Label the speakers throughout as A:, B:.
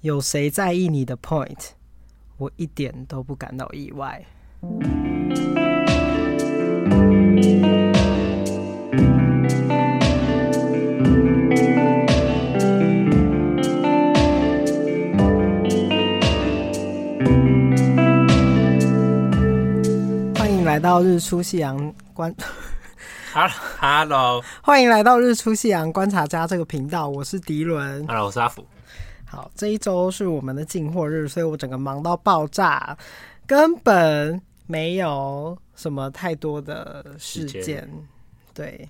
A: 有谁在意你的 point？我一点都不感到意外。欢迎来到日出夕阳观，
B: Hello，Hello，
A: 欢迎来到日出夕阳观察家这个频道，我是迪伦。
B: 我是阿福。
A: 好，这一周是我们的进货日，所以我整个忙到爆炸，根本没有什么太多的事
B: 时
A: 件
B: 间，
A: 对，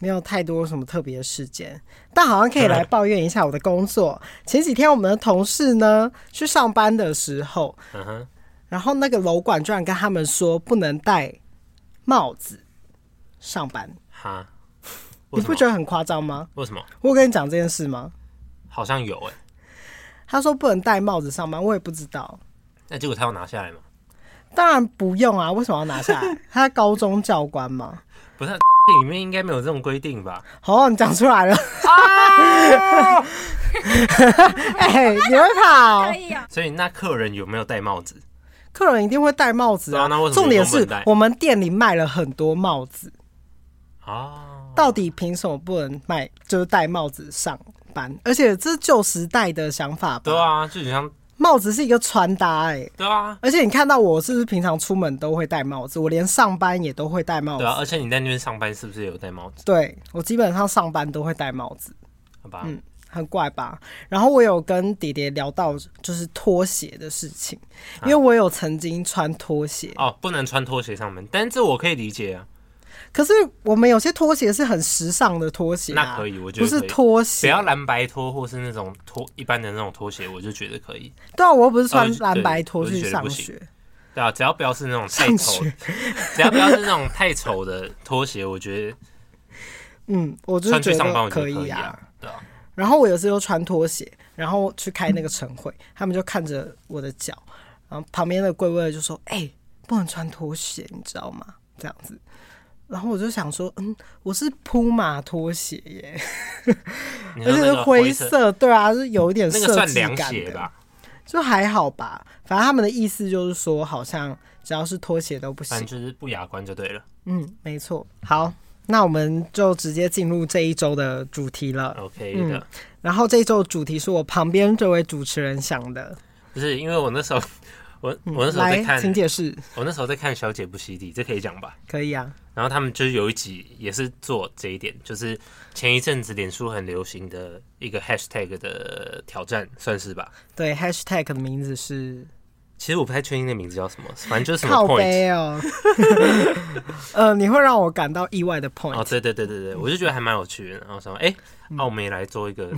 A: 没有太多什么特别的事件，但好像可以来抱怨一下我的工作。前几天我们的同事呢去上班的时候，
B: 嗯哼，
A: 然后那个楼管居然跟他们说不能戴帽子上班，
B: 哈，
A: 你
B: 为什
A: 不
B: 么？
A: 觉得很夸张吗？
B: 为什么？
A: 我有跟你讲这件事吗？
B: 好像有哎、
A: 他说不能戴帽子上班，我也不知道。
B: 那结果他要拿下来吗？
A: 当然不用啊，为什么要拿下来？他高中教官嘛。
B: 不是，啊 里面应该没有这种规定吧？
A: 好，你讲出来了。 哎、你会跑、
C: 可以啊，
B: 所以那客人有没有戴帽子？
A: 客人一定会戴帽子
B: 对
A: 啊
B: 啊那为。什么
A: 重点
B: 你
A: 是
B: 不能戴
A: 我们店里卖了很多帽子，
B: 哦，
A: 到底凭什么不能卖？就是戴帽子上班，而且这是旧时代的想法吧？
B: 对啊，就很像，
A: 帽子是一个穿搭、哎。
B: 对啊，
A: 而且你看到我是不是平常出门都会戴帽子？我连上班也都会戴帽子。
B: 对啊，而且你在那边上班是不是也有戴帽子？
A: 对我基本上上班都会戴帽子。
B: 好吧，
A: 嗯很怪吧？然后我有跟爹爹聊到就是拖鞋的事情，
B: 啊
A: 因为我有曾经穿拖鞋，
B: 哦，不能穿拖鞋上门，但这我可以理解啊，
A: 可是我们有些拖鞋是很时尚的拖鞋、啊，
B: 那可以我觉
A: 不
B: 得
A: 是
B: 可以
A: 拖
B: 只
A: 鞋
B: 要。蓝白拖或是那种拖一般的那种拖鞋，我就觉得可以。
A: 对啊，我又不是穿
B: 哦就
A: 蓝白
B: 对
A: 拖
B: 我就
A: 去
B: 觉得
A: 上
B: 不行
A: 学，
B: 对啊，只要不要是那种太
A: 上
B: 丑
A: 学，
B: 只要不要是那种太丑的拖鞋，我觉得
A: 嗯，我就是
B: 穿去
A: 觉
B: 上班
A: 得
B: 我觉得
A: 可以
B: 以
A: 啊。
B: 啊，对啊。
A: 然后我有时候穿拖鞋，然后去开那个晨会，
B: 嗯
A: 他们就看着我的脚，然后旁边的柜位就说：“哎、不能穿拖鞋，你知道吗？”这样子。然后我就想说，嗯，我是铺马拖鞋耶，
B: 你
A: 而
B: 说
A: 且是
B: 那个
A: 灰
B: 色，
A: 色，对啊，是有一点
B: 那个
A: 设
B: 算
A: 计
B: 凉
A: 感
B: 鞋
A: 的，
B: 吧？
A: 就还好吧。反正他们的意思就是说，好像只要是拖鞋都不
B: 反
A: 行
B: 正。就是不雅观就对了。
A: 嗯，没错。好，那我们就直接进入这一周的主题了。
B: OK
A: 嗯
B: 的，
A: 然后这一周的主题是我旁边这位主持人想的。
B: 不是因为我那时候，我
A: 嗯
B: 我那时候在
A: 来，
B: 看
A: 请，解释，
B: 我那时候在看《小姐不洗礼》，这可以讲吧？
A: 可以啊。
B: 然后他们就是有一集也是做这一点，就是前一阵子脸书很流行的一个 hashtag 的挑战，算是吧？
A: 对，#hashtag 的名字是
B: 其实我不太确定那名字叫什么，反正就是什么
A: 靠
B: point。
A: 背哦。 呃，你会让我感到意外的
B: 哦，
A: point。
B: 对对对对对，我就觉得还蛮有趣的。然后想说，哎、
A: 嗯
B: 那我们也来做一 个，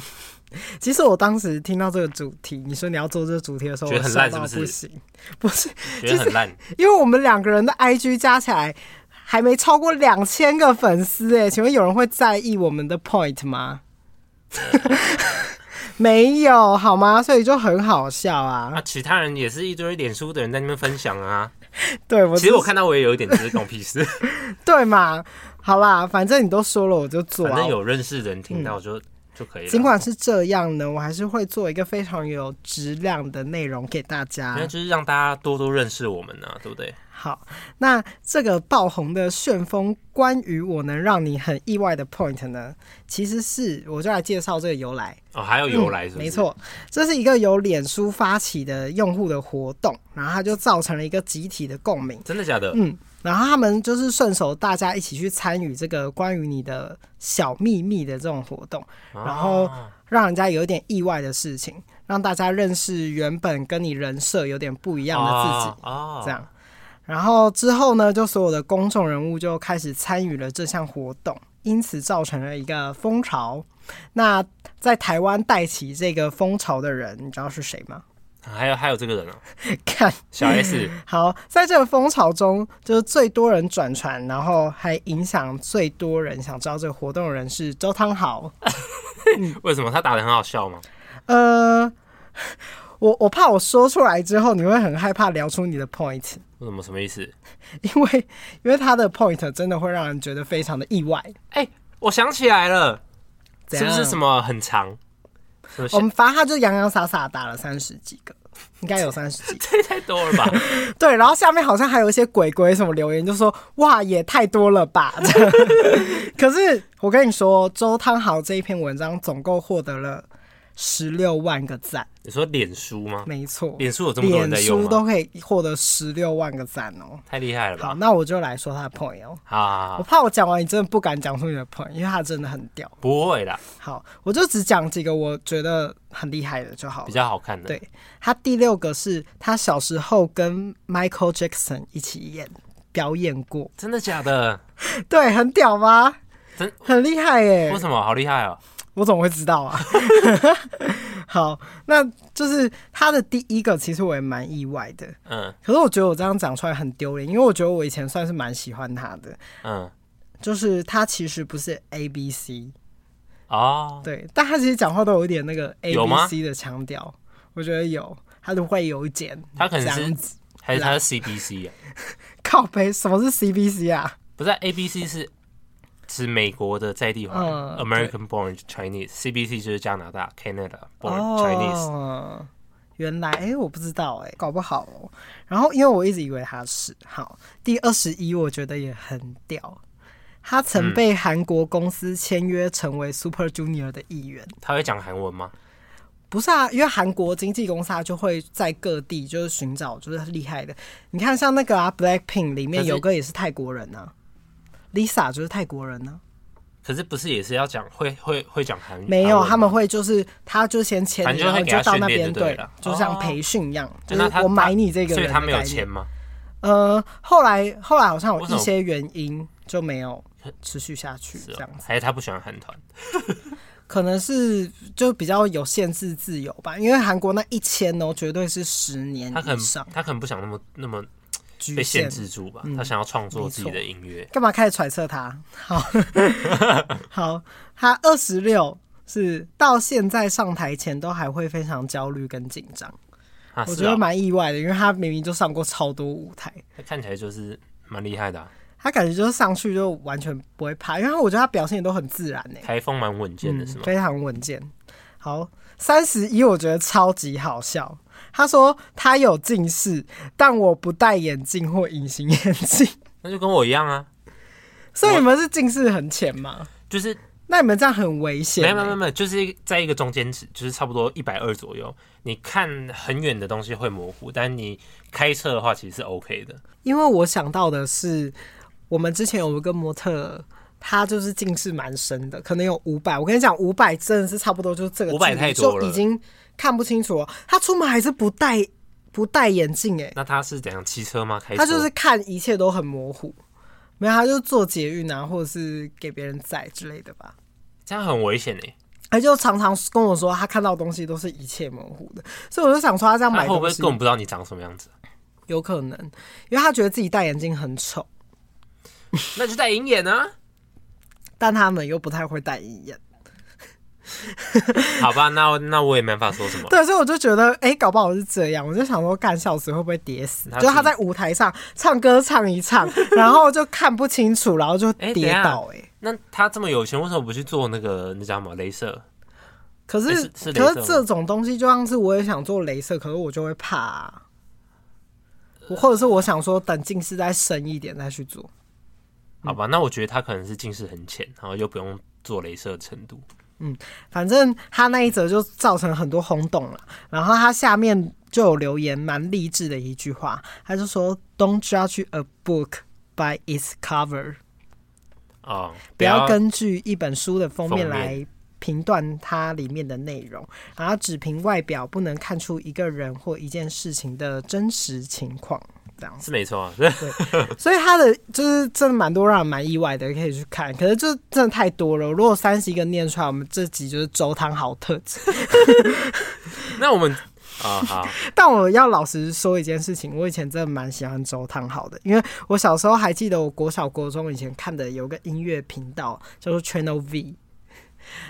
A: 其实我当时听到这个主题，你说你要做这个主题的时候，
B: 觉
A: 我
B: 得很
A: 吓
B: 烂
A: 到
B: 是不
A: 不
B: 是
A: 行。不是，
B: 觉得很烂。
A: 因为我们两个人的 IG 加起来还没超过两千个粉丝哎，请问有人会在意我们的 point 吗？ 没有好吗？所以就很好笑
B: 啊，
A: 啊。
B: 其他人也是一堆脸书的人在那边分享啊。
A: 对，我
B: 其实
A: 只
B: 我看到我也有一点，只是懂屁事。
A: 对嘛？好啦，反正你都说了，我就 做、啊。
B: 反正有认识的人听到就、就可以了。
A: 尽管是这样呢，我还是会做一个非常有质量的内容给大
B: 那
A: 家。
B: 就是让大家多多认识我们啊，对不对？
A: 好，那这个爆红的旋风，关于我能让你很意外的 point 呢，其实是我就来介绍这个由来。
B: 哦，还有由来是不是、
A: 嗯没，错，这是一个由脸书发起的用户的活动，然后它就造成了一个集体的共鸣。
B: 真的假的？
A: 嗯，然后他们就是顺手大家一起去参与这个关于你的小秘密的这种活动，然后
B: 啊
A: 让人家有点意外的事情，让大家认识原本跟你人设有点不一样的自己，
B: 哦，
A: 这样。然后之后呢，就所有的公众人物就开始参与了这项活动，因此造成了一个风潮。那在台湾带起这个风潮的人，你知道是谁吗？
B: 哦还有还有这个人啊，
A: 看，
B: 小 S，
A: 好，在这个风潮中，就是最多人转传，然后还影响最多人想知道这个活动的人是周汤豪。
B: 为什么他打的很好笑吗？
A: 呃， 我我怕我说出来之后，你会很害怕聊出你的 point，
B: 为什么什么意思？
A: 因为因为他的 point 真的会让人觉得非常的意外。
B: 哎、我想起来了，
A: 怎
B: 是
A: 样
B: 不是什么很长？什么
A: 我们反正他就洋洋洒洒打了三十几 个，应该有三十几个。
B: 这也 太多了吧？
A: 对，然后下面好像还有一些鬼鬼什么留言，就说哇也太多了吧。 可是我跟你说，周汤豪这一篇文章总共获得了十六万个赞，
B: 你说脸书吗？
A: 没错，
B: 脸书有这么多人
A: 脸
B: 在用
A: 书
B: 吗？
A: 都可以获得十六万个赞哦。
B: 太厉害了
A: 好，
B: 吧！
A: 那我就来说他的 point 哦。
B: 好好
A: 我
B: 好，
A: 怕我讲完你真的不敢讲出你的 point，因为他真的很屌。
B: 不会啦，
A: 好，我就只讲几个我觉得很厉害的就好
B: 比
A: 了。
B: 较好看的。
A: 对他第六个是他小时候跟 Michael Jackson 一起演表演过，
B: 真的 假的？
A: 对，很屌吗？
B: 真
A: 很厉害耶、
B: 为什么好厉害哦？
A: 我怎么会知道啊？ 好，那就是他的第一个，其实我也蛮意外的。
B: 嗯
A: 可是我觉得我这样讲出来很丢脸，因为我觉得我以前算是蛮喜欢他的，
B: 嗯
A: 就是他其实不是 A B C，
B: 哦，
A: 对，但他其实讲话都有一点那个 A
B: 有吗
A: B C 的腔调，我觉得有，他都会有一点
B: 他可
A: 这
B: 能
A: 样
B: 是
A: 子。
B: 还是他是 CBC 啊？
A: 靠背，什么是 C B C 啊？
B: 不是 ABC 是是美国的在地华人、
A: 嗯
B: a m e r i c a n born Chinese，CBC 就是加拿大 Canada born 哦 Chinese，、
A: 哦，原来哎、诶我不知道哎、搞不好哦。然后因为我一直以为他是好第二十一，我觉得也很屌。他
B: 嗯
A: 曾被韩国公司签约成为 Super Junior 的一员，
B: 他会讲韩文吗？
A: 不是啊？因为韩国经纪公司啊它就会在各地就是寻找就是厉害的。你看像那个啊，Blackpink 里面
B: 可是
A: 有个也是泰国人啊，Lisa 就是泰国人啊。
B: 可是不是也是要讲会会会讲韩？
A: 没
B: 嗯韩
A: 有，
B: 文吗
A: 他们会就是他就先签
B: 反
A: 你，
B: 正就
A: 然后
B: 会
A: 你
B: 给
A: 就
B: 他
A: 到那
B: 训练
A: 边
B: 就对
A: 对
B: 了，
A: 就像
B: 哦
A: 培训一样，就
B: 那他
A: 是我买你这个
B: 所
A: 人
B: 以
A: 的
B: 他没有
A: 概念
B: 签吗？
A: 呃，后来后来好像有
B: 为什
A: 一
B: 么
A: 些原因就没有持续下去，这样子
B: 还是哦他不喜欢韩团？
A: 可能是就比较有限制自由吧，因为韩国那一千哦，绝对是十年
B: 他可
A: 以
B: 能
A: 上
B: 他可能不想那么那么
A: 局
B: 被
A: 限。嗯
B: 限制住吧，他想要创作自己的音乐。
A: 干嘛开始揣测他？好 好，他二十六是到现在上台前都还会非常焦虑跟紧张，
B: 啊，
A: 我
B: 是
A: 觉得
B: 啊，
A: 蛮意外的，因为他明明就上过超多舞台，
B: 他看起来就是蛮厉害的啊，
A: 他感觉就是上去就完全不会怕，因为我觉得他表现也都很自然呢、欸嗯
B: 台风蛮稳健的是吗？
A: 非常稳健。好，三十一我觉得超级好笑。他说他有近视，但我不戴眼镜或隐形眼镜，
B: 那就跟我一样啊，
A: 所以你们是近视很浅吗？
B: 就是
A: 那你们这样很危险、
B: 没
A: 欸。
B: 有没有没有没有，就是一个在一个中间值，就是差不多一百二左右。你看很远的东西会模糊，但你开车的话其实是 OK 的。
A: 因为我想到的是，我们之前有一个模特儿，他就是近视蛮深的，可能有五百。我跟你讲，五百真的是差不多就是这个距
B: 500
A: 离
B: 太多了
A: 就已经看不清楚了。他出门还是不戴不戴眼镜、欸，
B: 那他是怎样骑车吗？开车
A: 他就是看一切都很模糊，没有，他就坐捷运啊，或者是给别人载之类的吧。
B: 这样很危险哎、
A: 他就常常跟我说，他看到的东西都是一切模糊的，所以我就想说，他这样
B: 他
A: 买
B: 会不
A: 东
B: 会
A: 西
B: 根本不知道你长什么样子？
A: 有可能，因为他觉得自己戴眼镜很丑，
B: 那就戴银眼啊，
A: 但他们又不太会戴眼镜。
B: 好吧，那那我也没办法说什么。
A: 对，所以我就觉得，哎、搞不好是这样。我就想说，干笑死会不会跌死？
B: 他
A: 就他
B: 自
A: 在舞台上唱歌唱一 唱，然后就看不清楚，然后就跌
B: 诶等一下
A: 倒、哎。
B: 那他这么有钱，为什么不去做那个你知道吗？镭射？
A: 可是,、
B: 诶是是
A: 可
B: 镭射
A: 是
B: 吗
A: 这种东西，就像是我也想做镭射，可是我就会怕、啊，我或者是我想说等近视再深一点再去做。嗯
B: 好吧，那我觉得他可能是近视很浅，然后又不用做镭射的程度。
A: 反正他那一则就造成很多轰动了，然后他下面就有留言蛮励志的一句话，他就说：“Don't judge a book by its cover。”
B: 哦，
A: 不要根据一本书的封面
B: 封面，
A: 来评断它里面的内容，然后只凭外表不能看出一个人或一件事情的真实情况。这样
B: 是没错啊，
A: 所以他的就是真的蛮多让人蛮意外的，可以去看。可是就真的太多了，如果三十一个念出来，我们这集就是周汤豪特辑。
B: 那我们啊、好，
A: 但我要老实说一件事情，我以前真的蛮喜欢周汤豪的，因为我小时候还记得我国小国中以前看的有个音乐频道叫做 Channel V，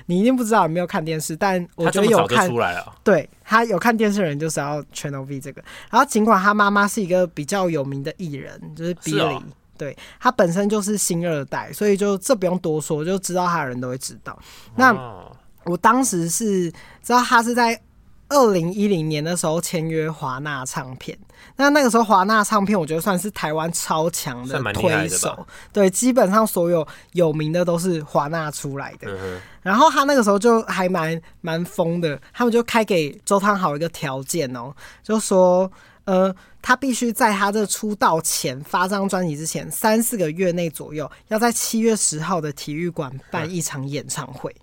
A: 你一定不知道，你没有看电视，但我
B: 他
A: 觉
B: 这
A: 得
B: 么
A: 有
B: 早就
A: 看，
B: 出来啊了，
A: 对他有看电视的人就知道 Channel V 这个。然后尽管他妈妈是一个比较有名的艺人，就是比利。
B: 是哦
A: 对他本身就是新二代，所以就这不用多说，就知道他的人都会知道。那
B: 哦
A: 我当时是知道他是在二零一零年的时候签约华纳唱片，那那个时候华纳唱片我觉得算是台湾超强
B: 算蛮厉害
A: 推
B: 的吧
A: 手，对，基本上所有有名的都是华纳出来的。
B: 嗯哼，
A: 然后他那个时候就还蛮蛮疯的，他们就开给周汤豪一个条件哦，就说呃，他必须在他这出道前发张专辑之前三四个月内左右，要在七月十号的体育馆
B: 嗯
A: 办一场演唱会。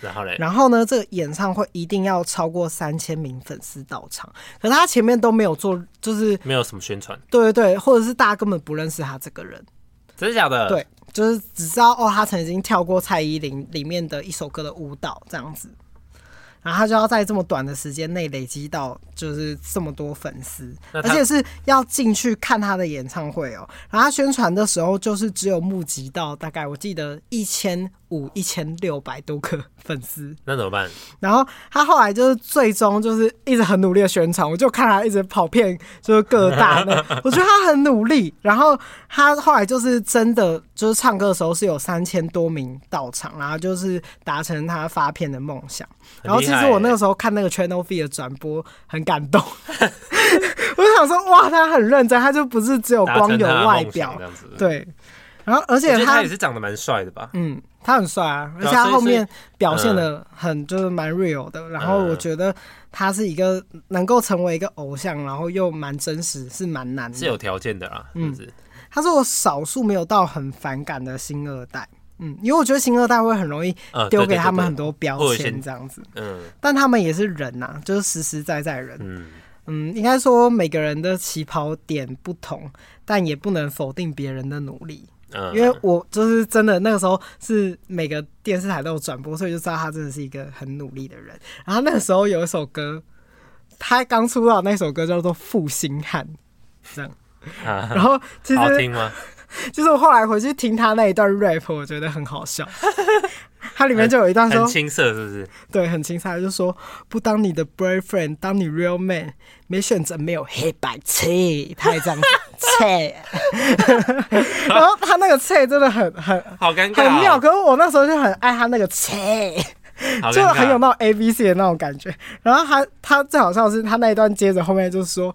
B: 然后嘞，
A: 然后呢，这个演唱会一定要超过三千名粉丝到场，可是他前面都没有做，就是
B: 没有什么宣传，
A: 对对对，或者是大家根本不认识他这个人。
B: 真的假的？
A: 对，就是只知道哦，他曾经跳过蔡依林里面的一首歌的舞蹈这样子，然后他就要在这么短的时间内累积到就是这么多粉丝，
B: 那
A: 而
B: 他
A: 且是要进去看他的演唱会哦。然后他宣传的时候就是只有募集到大概我记得一千五、一千六百多个粉丝，
B: 那怎么办？
A: 然后他后来就是最终就是一直很努力的宣传，我就看他一直跑遍就是各大 的，我觉得他很努力。然后他后来就是真的就是唱歌的时候是有三千多名到场，然后就是达成他发片的梦想。
B: 很
A: 然后其
B: 厉害
A: 实
B: 欸
A: 我那个时候看那个 Channel V 的转播很感动， 我就想说哇，他很认真，他就不是只有
B: 达
A: 光
B: 成
A: 有
B: 他的
A: 外
B: 梦想
A: 表
B: 这，样子。我
A: 对。然后而
B: 觉
A: 且
B: 得
A: 他
B: 他也是长得蛮帅的吧？
A: 嗯，他很帅啊，而
B: 对啊
A: 且他
B: 所以嗯
A: 后
B: 是
A: 面表现的很、就是蛮 real 的。然后我觉得他是一个能够成为一个偶像，然后又蛮真实，是蛮难
B: 是
A: 的。
B: 有条件的啦，嗯，是
A: 他是我少数没有到很反感的新二代，嗯，因为我觉得新二代会很容易
B: 呃，
A: 丢
B: 对
A: 给
B: 对
A: 他们
B: 对
A: 很多标
B: 会有一些
A: 签这样子，
B: 嗯
A: 但他们也是人呐、啊就是实实在在人。
B: 嗯，
A: 嗯，应该说每个人的起跑点不同，但也不能否定别人的努力。
B: 嗯，
A: 因为我就是真的那个时候是每个电视台都有转播，所以就知道他真的是一个很努力的人。然后那个时候有一首歌，他刚出道那首歌叫做《负心汉》，这样。
B: 啊
A: 然后其
B: 好
A: 实
B: 听吗？
A: 就是我后来回去听他那一段 rap，我觉得很好笑。它里面就有一段
B: 很
A: 说，
B: 青涩是不是？
A: 对，很轻松，就说不当你的 boyfriend，当你 real man，没选择，没有黑白切，他也这样子 切。然后他那个切真的很 很
B: 好尴尬哦，
A: 很妙。可是我那时候就很爱他那个切，
B: 好尴尬，
A: 就很有那种 A B C 的那种感觉。然后他他最好笑的是他那一段接着后面就是说。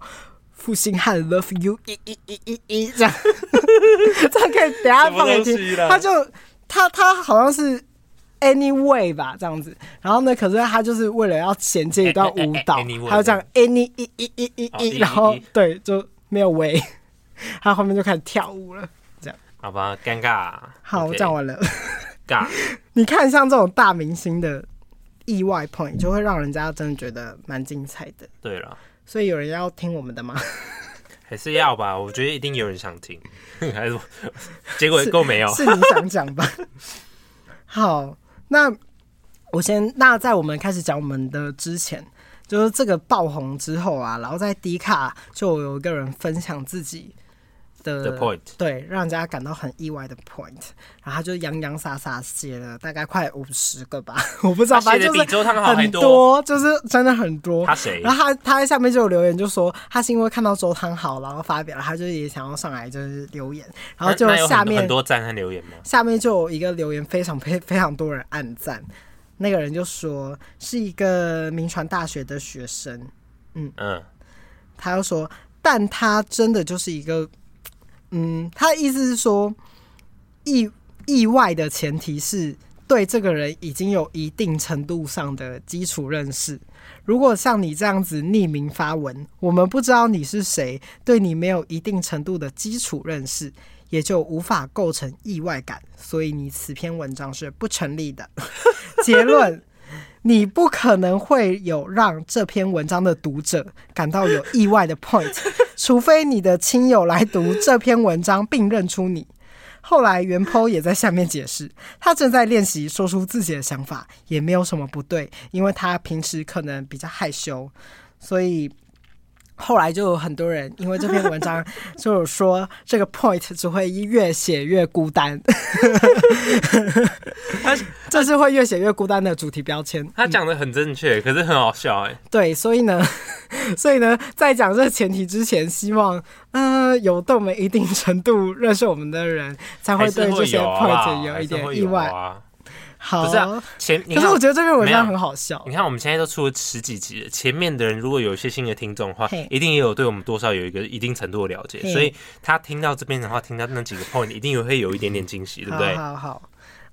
A: 负心汉 love you 一一一一一这样， 这样可以等一下
B: 什么
A: 放给你
B: 东西啦
A: 听。他就他他好像是 anyway 吧这样子，然后呢，可是他就是为了要衔接一段舞蹈
B: 哎哎哎哎，anyway，
A: 他就这样 any 一一一一
B: 哦
A: 一，
B: 一
A: 然后
B: 一
A: 对就没有喂，他后面就开始跳舞了。
B: 好吧，尴尬。
A: 好，我
B: OK，
A: 讲完了。
B: 尬，
A: 你看像这种大明星的意外碰，你就会让人家真的觉得蛮精彩的。
B: 对了。
A: 所以有人要听我们的吗？
B: 还是要吧，我觉得一定有人想听， 还是我结果够没有
A: 是你想讲吧？好，那我先，那在我们开始讲我们的之前，就是这个爆红之后啊，然后在迪卡就有一个人分享自己的
B: the point。
A: 对，让人家感到很意外的 point，然后他就洋洋洒洒写了大概快五十个吧，我不知道，
B: 他
A: 反
B: 写的
A: 正就
B: 比
A: 是
B: 周汤豪还
A: 很
B: 多，
A: 多，就是真的很多。
B: 他谁
A: 然？后他他在下面就有留言，就说他是因为看到周汤豪，然后发表了，他就也想要上来就是留言，然后就
B: 那那有
A: 下
B: 很多
A: 面
B: 很多赞和留言吗？
A: 下面就有一个留言非常非非常多人暗赞，那个人就说是一个名传大学的学生，
B: 嗯，
A: 他又说，但他真的就是一个，嗯，他的意思是说意意外的前提是对这个人已经有一定程度上的基础认识。如果像你这样子匿名发文，我们不知道你是谁，对你没有一定程度的基础认识，也就无法构成意外感，所以你此篇文章是不成立的。 结论：你不可能会有让这篇文章的读者感到有意外的 point，除 非你的亲友来读这篇文章并认出你。后来袁剖也在下面解释，他正在练习说出自己的想法，也没有什么不对，因为他平时可能比较害羞，所以。后来就有很多人因为这篇文章就有说这个 point 只会越写越孤单，
B: 他
A: 这是会越写越孤单的主题标签。
B: 他讲的很正确，可是很好笑哎。
A: 对，所以呢，所以呢，在讲这前提之前，希望呃有对我们一定程度认识我们的人，才
B: 还
A: 会
B: 是
A: 对这
B: 会
A: 些
B: 有好不
A: point
B: 好
A: 有
B: 还
A: 一
B: 是
A: 点
B: 会
A: 意
B: 有
A: 外。
B: 啊。
A: 好，哦
B: 不是啊，前
A: 可
B: 你
A: 是
B: 看
A: 我觉得这篇文
B: 没有
A: 章很好笑
B: 你。看，我们现在都出了十几集了，前面的人如果有一些新的听众的话
A: 嘿，
B: 一定也有对我们多少有一个一定程度的了解，
A: 嘿
B: 所以他听到这边的话，听到那几个 point，一定也会有一点点惊喜，对不对？
A: 好好好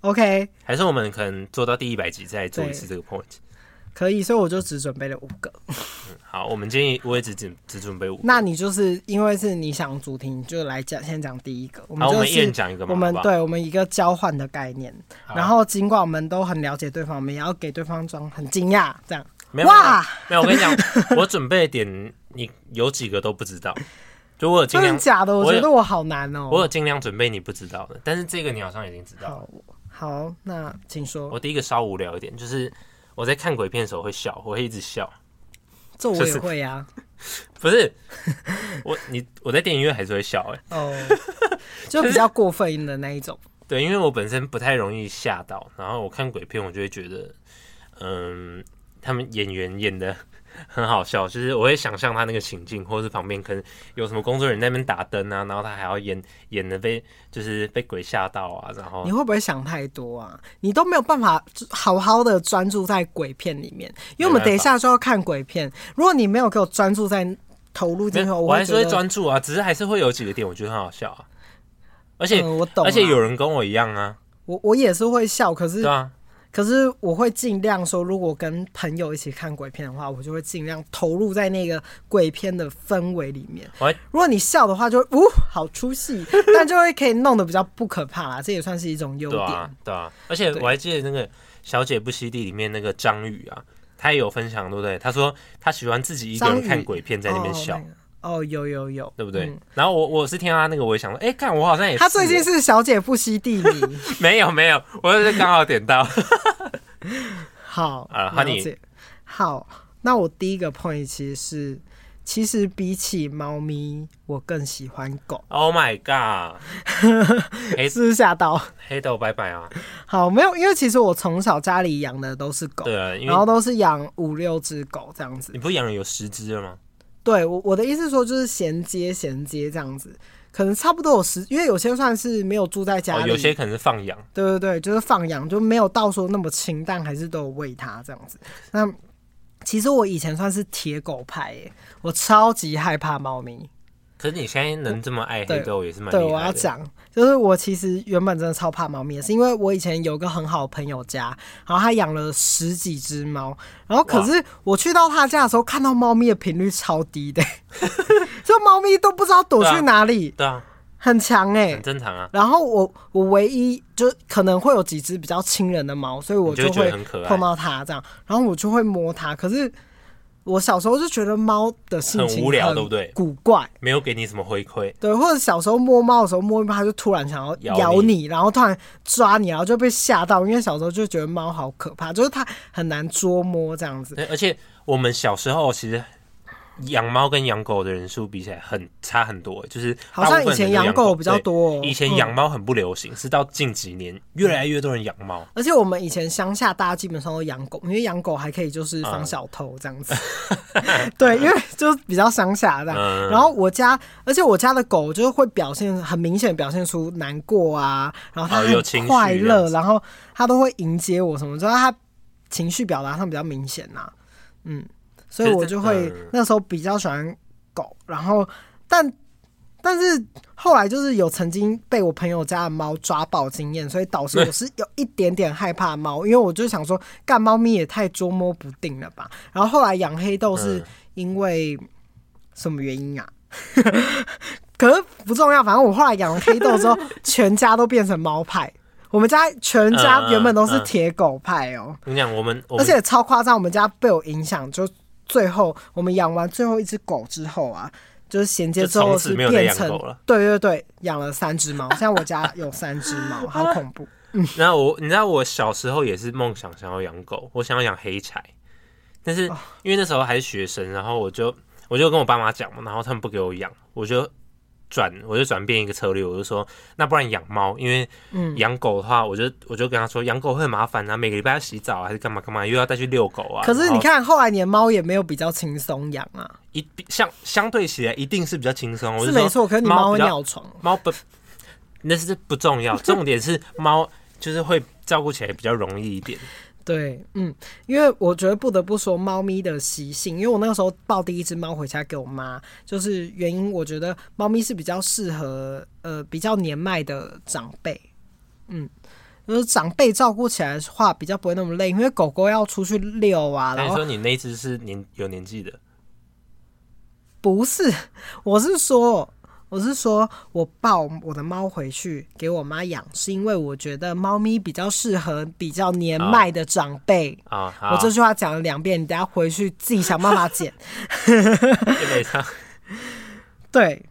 A: ，OK，
B: 还是我们可能做到第一百集再做一次这个 point。
A: 可以。所以我就只准备了五个。
B: 好，我们建议我也只只只准备五个，
A: 那你就是因为是你想主题，你就来讲，先讲第一个。我们
B: 好，我
A: 就
B: 们一人
A: 是
B: 讲一个嘛，
A: 我们
B: 好不好
A: 对我们一个交换的概念。
B: 好
A: 然后尽管我们都很了解对方，我们也要给对方装很惊讶，这样。
B: 没有
A: 哇
B: 没有，没有我跟你讲，我准备的点你有几个都不知道，就我有尽
A: 真的
B: 量，
A: 假的？我
B: 我有
A: 觉得我好难哦、
B: 我有尽量准备你不知道的，但是这个你好像已经知道了。
A: 好好，那请说。
B: 我第一个稍无聊一点，就是我在看鬼片的时候会笑，我会一直笑。
A: 这我
B: 就
A: 也
B: 是
A: 会啊。
B: 不是我，你我在电影院还是会笑哎、
A: 哦，就比较过分的那一种。
B: 对，因为我本身不太容易吓到，然后我看鬼片，我就会觉得，嗯，他们演员演的很好笑，就是我会想象他那个情境，或是旁边可能有什么工作人员在那边打灯啊，然后他还要演演的被就是被鬼吓到啊，然后
A: 你会不会想太多啊？你都没有办法好好的专注在鬼片里面，因为我们等一下就要看鬼片。如果你没有给我专注在投入
B: 没
A: 进去，
B: 有，
A: 我
B: 还是会
A: 觉得，
B: 专注啊，只是还是会有几个点我觉得很好笑啊，而且、
A: 嗯，我懂啊、
B: 而且有人跟我一样啊，
A: 我我也是会笑，可
B: 对
A: 是
B: 啊，
A: 可是我会尽量说，如果跟朋友一起看鬼片的话，我就会尽量投入在那个鬼片的氛围里面
B: 我还。
A: 如果你笑的话就，会呜好出 戏，但就会可以弄得比较不可怕啦，这也算是一种优
B: 对
A: 点。
B: 啊，对啊，而且
A: 对
B: 我还记得那个《小姐不吸地》里面那个张宇啊，他也有分享，对不对？他说他喜欢自己一个人
A: 张宇
B: 看鬼片，在那边笑，
A: 哦那个哦，有有有，
B: 对不对？
A: 嗯
B: 然后我我是听到他那个，我也想说，哎，看我好像也
A: 他最近
B: 是
A: 是小姐不惜地 理，
B: 没有没有，我是刚好点到，
A: 好，
B: 啊
A: 了
B: ，Honey
A: 解。好，那我第一个 point 其实是，其实比起猫咪，我更喜欢狗，
B: Oh my god！黑
A: 是不是吓到？
B: 黑豆拜拜啊！
A: 好，没有，因为其实我从小家里养的都是狗，
B: 对啊，因
A: 然后
B: 为
A: 都是养五六只狗这样子
B: 你。不养有十只了吗？哦
A: 对我我的意思是说，就是衔接衔接这样子，可能差不多有十，因为有些算是没有住在家
B: 哦，
A: 里，
B: 有些可能是放养，
A: 对对对，就是放养，就没有到说那么清淡，还是都有喂它这样子。那其实我以前算是铁狗派耶，我超级害怕猫咪。
B: 可是你现在能这么爱黑豆也是蛮
A: 对，
B: 厉
A: 我要
B: 害的。
A: 讲，就是我其实原本真的超怕猫咪的，是因为我以前有一个很好的朋友家，然后他养了十几只猫，然后可是我去到他家的时候，看到猫咪的频率超低的， 就猫咪都不知道躲
B: 对
A: 去
B: 啊
A: 哪里，
B: 对啊，
A: 很强哎、
B: 很正常啊，
A: 然后我我唯一就可能会有几只比较亲人的猫，所以我
B: 你就会觉
A: 会
B: 得很可爱
A: 碰，到它这样，然后我就会摸它。可是我小时候就觉得猫的性情
B: 很无聊对不对
A: 古怪，
B: 没有给你什么回馈。
A: 对，或者小时候摸猫的时候摸一摸，它就突然想要
B: 咬
A: 咬你，然后突然抓你，然后就被吓到，因为小时候就觉得猫好可怕，就是它很难捉摸这样子。
B: 对，而且我们小时候其实养猫跟养狗的人数比起来很差很多，就是
A: 好像
B: 大部
A: 以
B: 分人
A: 前
B: 都
A: 养
B: 养狗
A: 比较。多、哦，
B: 对以前
A: 嗯
B: 养猫很不流行，是到近几年越来越多人养猫。
A: 而且我们以前乡下大家基本上都养狗，因为养狗还可以
B: 嗯
A: 就是防小偷这 样子。对，因为就是比较乡下这样。
B: 嗯
A: 然后我家，而且我家的狗就是会表现很明显，表现出难过啊，然后它
B: 哦有情
A: 很
B: 绪
A: 快
B: 这样
A: 乐，然后它都会迎接我什么，就是它情绪表达上比较明显呐、嗯，所以
B: 其实
A: 我
B: 这
A: 就会
B: 嗯
A: 那时候比较喜欢狗，然后但但是后来就是有曾经被我朋友家的猫抓爆经验，所以导致我是有一点点害怕猫，因为我就想说，干猫咪也太捉摸不定了吧。然后后来养黑豆是
B: 嗯
A: 因为什么原因啊？ 可是不重要，反正我后来养了黑豆之后，全家都变成猫派。我们家全
B: 嗯
A: 家
B: 嗯
A: 原本都是
B: 嗯
A: 铁狗派哦、
B: 我跟你讲，我们我
A: 而
B: 们
A: 且超夸张，我们家被我影响，就最后我们养完最后一只狗之后啊，就是衔接
B: 就
A: 之后
B: 从
A: 是
B: 此没有再
A: 变
B: 养
A: 成
B: 狗了。
A: 对对对，养了三只猫，像我家有三只 猫，好恐怖。
B: 然后我，你知道我小时候也是梦想想要养狗，我想要养黑柴，
A: 啊
B: 但是因为那时候还是学生，然后我就我就跟我爸妈讲嘛，然后他们不给我养，我就转我就转变一个策略，我就说那不然养猫，因为
A: 嗯
B: 养狗的话，我就我就跟他说养狗会很麻烦啊，每个礼拜要洗澡啊还是干嘛干嘛，又要带去遛狗啊。
A: 可是
B: 然
A: 你
B: 后
A: 看，后来你的猫也没有比较轻松养啊，
B: 一相相对起来一定是比较轻松，我
A: 是
B: 就
A: 没
B: 说
A: 错。可是你
B: 猫
A: 猫会
B: 比较
A: 尿床，
B: 猫不，那是不重要，重点是猫就是会照顾起来比较容易一点。
A: 对，嗯，因为我觉得不得不说猫咪的习性，因为我那个时候抱第一只猫回家给我妈，就是原因，我觉得猫咪是比较适合呃比较年迈的长辈，嗯，就是长辈照顾起来的话比较不会那么累，因为狗狗要出去遛啊，然
B: 那你
A: 后
B: 说你那只是年有年纪的，
A: 不是，我是说，我是说我抱我的猫回去给我妈养，是因为我觉得猫咪比较适合比较年迈的长辈。
B: 啊、好
A: 我这句话讲了两遍，你等一下回去自己想办法 剪。
B: 基本上
A: 对，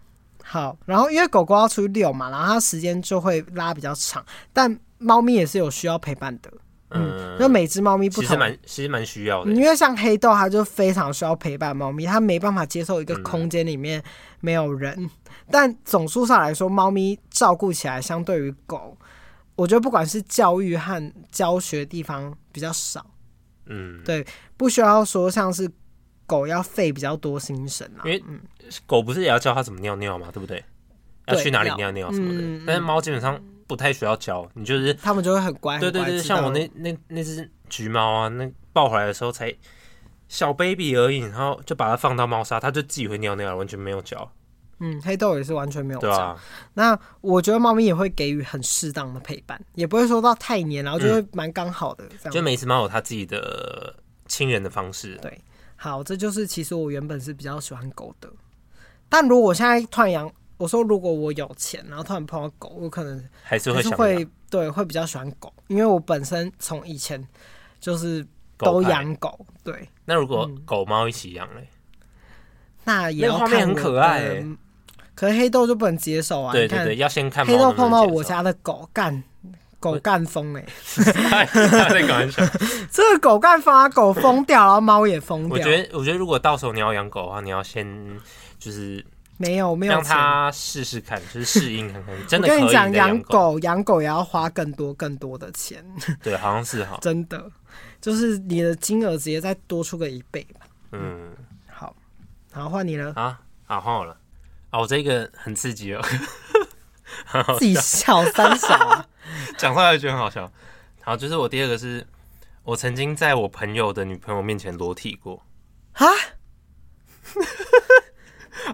A: 好，然后因为狗狗要出去遛嘛，然后它时间就会拉比较长，但猫咪也是有需要陪伴的。
B: 嗯，
A: 那每只猫咪不
B: 其实
A: 同，嗯
B: 蛮其实蛮需要的
A: 因。为像黑豆，它就非常需要陪伴猫咪，它没办法接受一个空间里面没有人。但总数上来说，猫咪照顾起来相对于狗，我觉得不管是教育和教学地方比较少，
B: 嗯，
A: 对不需要说像是狗要费比较多心神啊
B: 因。为狗不是也要教它怎么尿尿嘛，对不对？要
A: 对
B: 去哪里
A: 要
B: 尿尿什么的。
A: 嗯嗯
B: 但是猫基本上不太需要教，你就是
A: 他们就会很乖，
B: 对对
A: 很乖
B: 对，
A: 知道
B: 像我那那那只橘猫啊，那抱回来的时候才小 baby 而已，然后就把它放到猫砂，它就自己会尿尿，完全没有教，
A: 嗯，黑豆也是完全没有
B: 对
A: 差
B: 啊，
A: 那我觉得猫咪也会给予很适当的陪伴，也不会说到太黏，然后
B: 嗯
A: 就会蛮刚好的这样。
B: 就每只猫有它自己的亲人的方式。
A: 对，好，这就是其实我原本是比较喜欢狗的，但如果我现在突然养，我说如果我有钱，然后突然碰到狗，我可能
B: 还是
A: 还
B: 会
A: 是
B: 想
A: 会对会比较喜欢狗，因为我本身从以前就是
B: 狗
A: 都
B: 派。
A: 养嗯狗，对，
B: 那如果狗猫一起养嘞？
A: 那也
B: 那
A: 要
B: 个画
A: 看
B: 面很
A: 我
B: 可
A: 的
B: 爱欸
A: 可是黑豆就不能接受啊，
B: 对
A: 你看
B: 对对，要先看猫
A: 黑豆
B: 能不能
A: 碰到
B: 接
A: 我
B: 受，
A: 家的狗干狗干疯哎、
B: 在开 玩笑。
A: 这个狗干疯啊，狗疯 掉，然后猫也疯掉。
B: 我觉得，我觉得如果到时候你要养狗的话，你要先就是
A: 没有没有
B: 让
A: 钱。
B: 它试试看，就是适应看 看，真
A: 我
B: 的
A: 跟
B: 可以
A: 你
B: 你
A: 讲，
B: 再
A: 养
B: 狗，
A: 狗养狗也要花更多更多的钱，
B: 对，好像是哈，
A: 真的，就是你的金额直接再多出个一倍吧。
B: 嗯，
A: 好，好换你 了，
B: 啊，好换我了，啊，我这个很刺激哦，
A: 自己笑三小 啊、
B: 讲出来就觉得很好笑。好，就是我第二个是，我曾经在我朋友的女朋友面前裸体过。
A: 啊，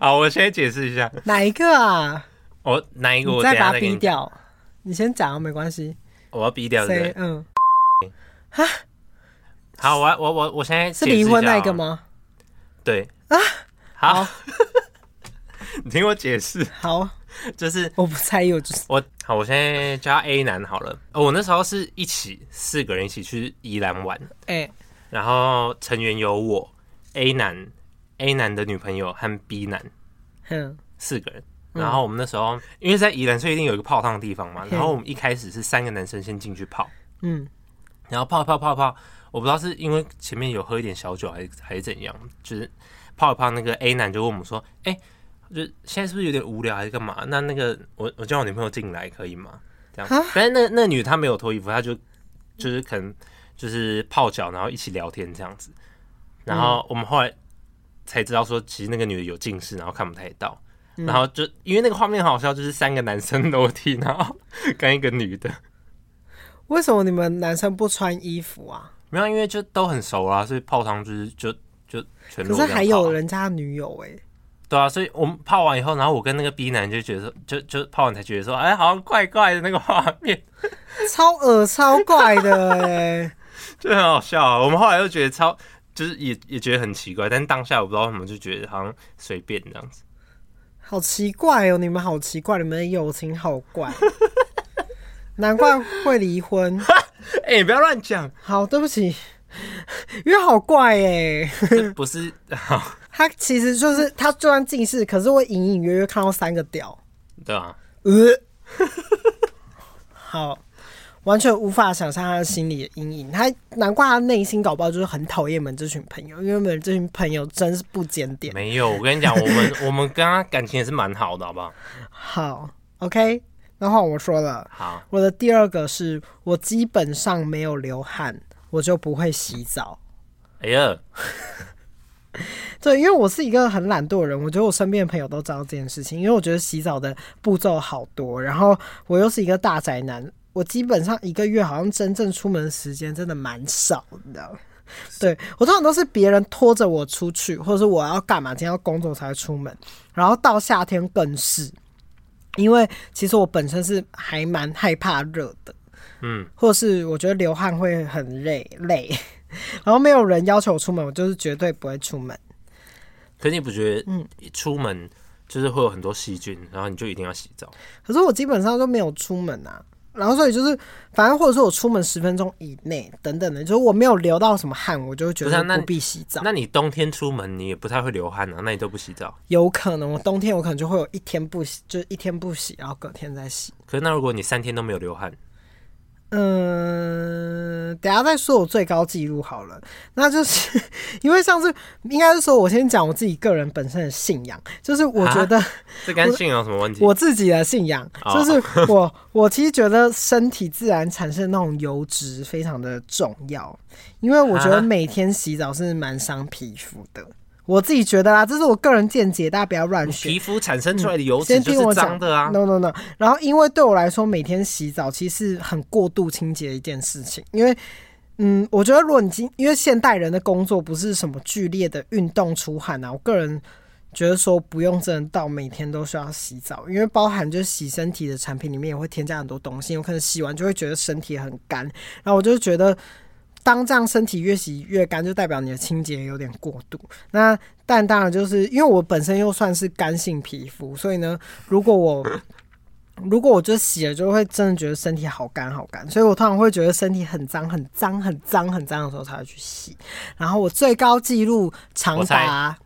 B: 好，我先解释一下，
A: 哪一个啊？
B: 我哪一个
A: 你
B: 我等
A: 再
B: 一下
A: 把它
B: 再给
A: 逼
B: 你，
A: 掉，你先讲啊，没关系。
B: 我要逼掉对不
A: 谁
B: 对？
A: 嗯
B: 好，我要我我我现在
A: 是
B: 解释一
A: 离婚
B: 下
A: 那个
B: 哦？
A: 吗？
B: 对啊，好
A: 好，
B: 你听我解释，
A: 好，
B: 就是
A: 我不在意，我就是
B: 我好，我现在叫他 A 男好了。哦我那时候是一起四个人一起去宜兰玩，
A: 哎、
B: 然后成员有我 A 男、A 男的女朋友和 B 男
A: 嗯
B: 四个人。然后我们那时候因为在宜兰，所以一定有一个泡汤的地方嘛。然后我们一开始是三个男生先进去泡，
A: 嗯，
B: 然后泡泡泡泡，我不知道是因为前面有喝一点小酒还是还是怎样，就是泡一泡那个 A 男就问我们说：“哎、就是现在是不是有点无聊还是干嘛？那那个我我叫我女朋友进来可以吗？”这样，但是那那女她没有脱衣服，她就就是可能就是泡脚，然后一起聊天这样子。然后我们后来才知道说，其实那个女的有近视，然后看不太到。然后就因为那个画面很好笑，就是三个男生裸体，然后跟一个女的，
A: 为什么你们男生不穿衣服啊？
B: 没有，因为就都很熟啊，所以泡汤就是就就全
A: 可
B: 裸
A: 是
B: 这样泡啊。
A: 还有人家女友哎、
B: 对啊，所以我们泡完以后，然后我跟那个 B 男就觉得说，就就泡完才觉得说，哎，好像怪怪的那个画面，
A: 超恶超怪的哎、
B: 就很好笑、啊。我们后来又觉得超，就是也也觉得很奇怪，但当下我不知道为什么就觉得好像随便这样子。
A: 好奇怪哦，你们好奇怪，你们的友情好怪，难怪会离婚。
B: 哎、你不要乱讲，
A: 好，对不起，因为好怪哎、
B: 这不是好
A: 他其实就是他就算近视，可是我隐隐约约看到三个屌，
B: 对啊，
A: 呃，好，完全无法想象他的心理的阴影。他难怪他内心搞不好就是很讨厌你们这群朋友，因为你们这群朋友真是不检点。
B: 没有。我跟你讲，我们我们跟他感情也是蛮好的，好不好？
A: 好，OK，那换我说了。
B: 好，
A: 我的第二个是我基本上没有流汗，我就不会洗澡。
B: 哎呀，
A: 对，因为我是一个很懒惰的人，我觉得我身边的朋友都知道这件事情，因为我觉得洗澡的步骤好多，然后我又是一个大宅男，我基本上一个月好像真正出门的时间真的蛮少的。对我通常都是别人拖着我出去，或者是我要干嘛，今天要工作才会出门。然后到夏天更是，因为其实我本身是还蛮害怕热的，
B: 嗯，
A: 或是我觉得流汗会很累累。 然后没有人要求我出门，我就是绝对不会出门。
B: 可是你不觉得，嗯，一出门就是会有很多细菌，然后你就一定要洗澡，
A: 可是我基本上都没有出门啊。然后所以就是，反正或者说我出门十分钟以内等等的，就是我没有流到什么汗，我就会觉
B: 不是啊
A: 得
B: 那
A: 不必洗澡。
B: 那你冬天出门你也不太会流汗啊，那你都不洗澡。
A: 有可能我冬天我可能就会有一天不洗，就是一天不洗，然后隔天再洗。
B: 可是那如果你三天都没有流汗，
A: 嗯，等一下再说我最高纪录好了。那就是 因为上次应该是说，我先讲我自己个人本身的信仰，就是我觉得
B: 这跟信仰有什么问题？
A: 我自己的信仰，
B: 哦
A: 就是我 我其实觉得身体自然产生那种油脂非常的重要，因为我觉得
B: 啊
A: 每天洗澡是蛮伤皮肤的。我自己觉得啦，这是我个人见解，大家不要乱
B: 你
A: 学。
B: 皮肤产生出来的油脂
A: 嗯先听
B: 就
A: 我
B: 是
A: 讲
B: 脏的啊，
A: No No No，然后因为对我来说，每天洗澡其实是很过度清洁的一件事情，因为。嗯，我觉得如果你今因为现代人的工作不是什么剧烈的运动出汗啊，我个人觉得说不用真的到每天都需要洗澡，因为包含就是洗身体的产品里面也会添加很多东西，有可能洗完就会觉得身体很干，然后我就觉得当这样身体越洗越干，就代表你的清洁有点过度。那但当然就是因为我本身又算是干性皮肤，所以呢，如果我如果我就洗了，就会真的觉得身体好干好干，所以我通常会觉得身体很脏很脏很脏很脏的时候才会去洗。然后我最高纪录长
B: 我猜
A: 达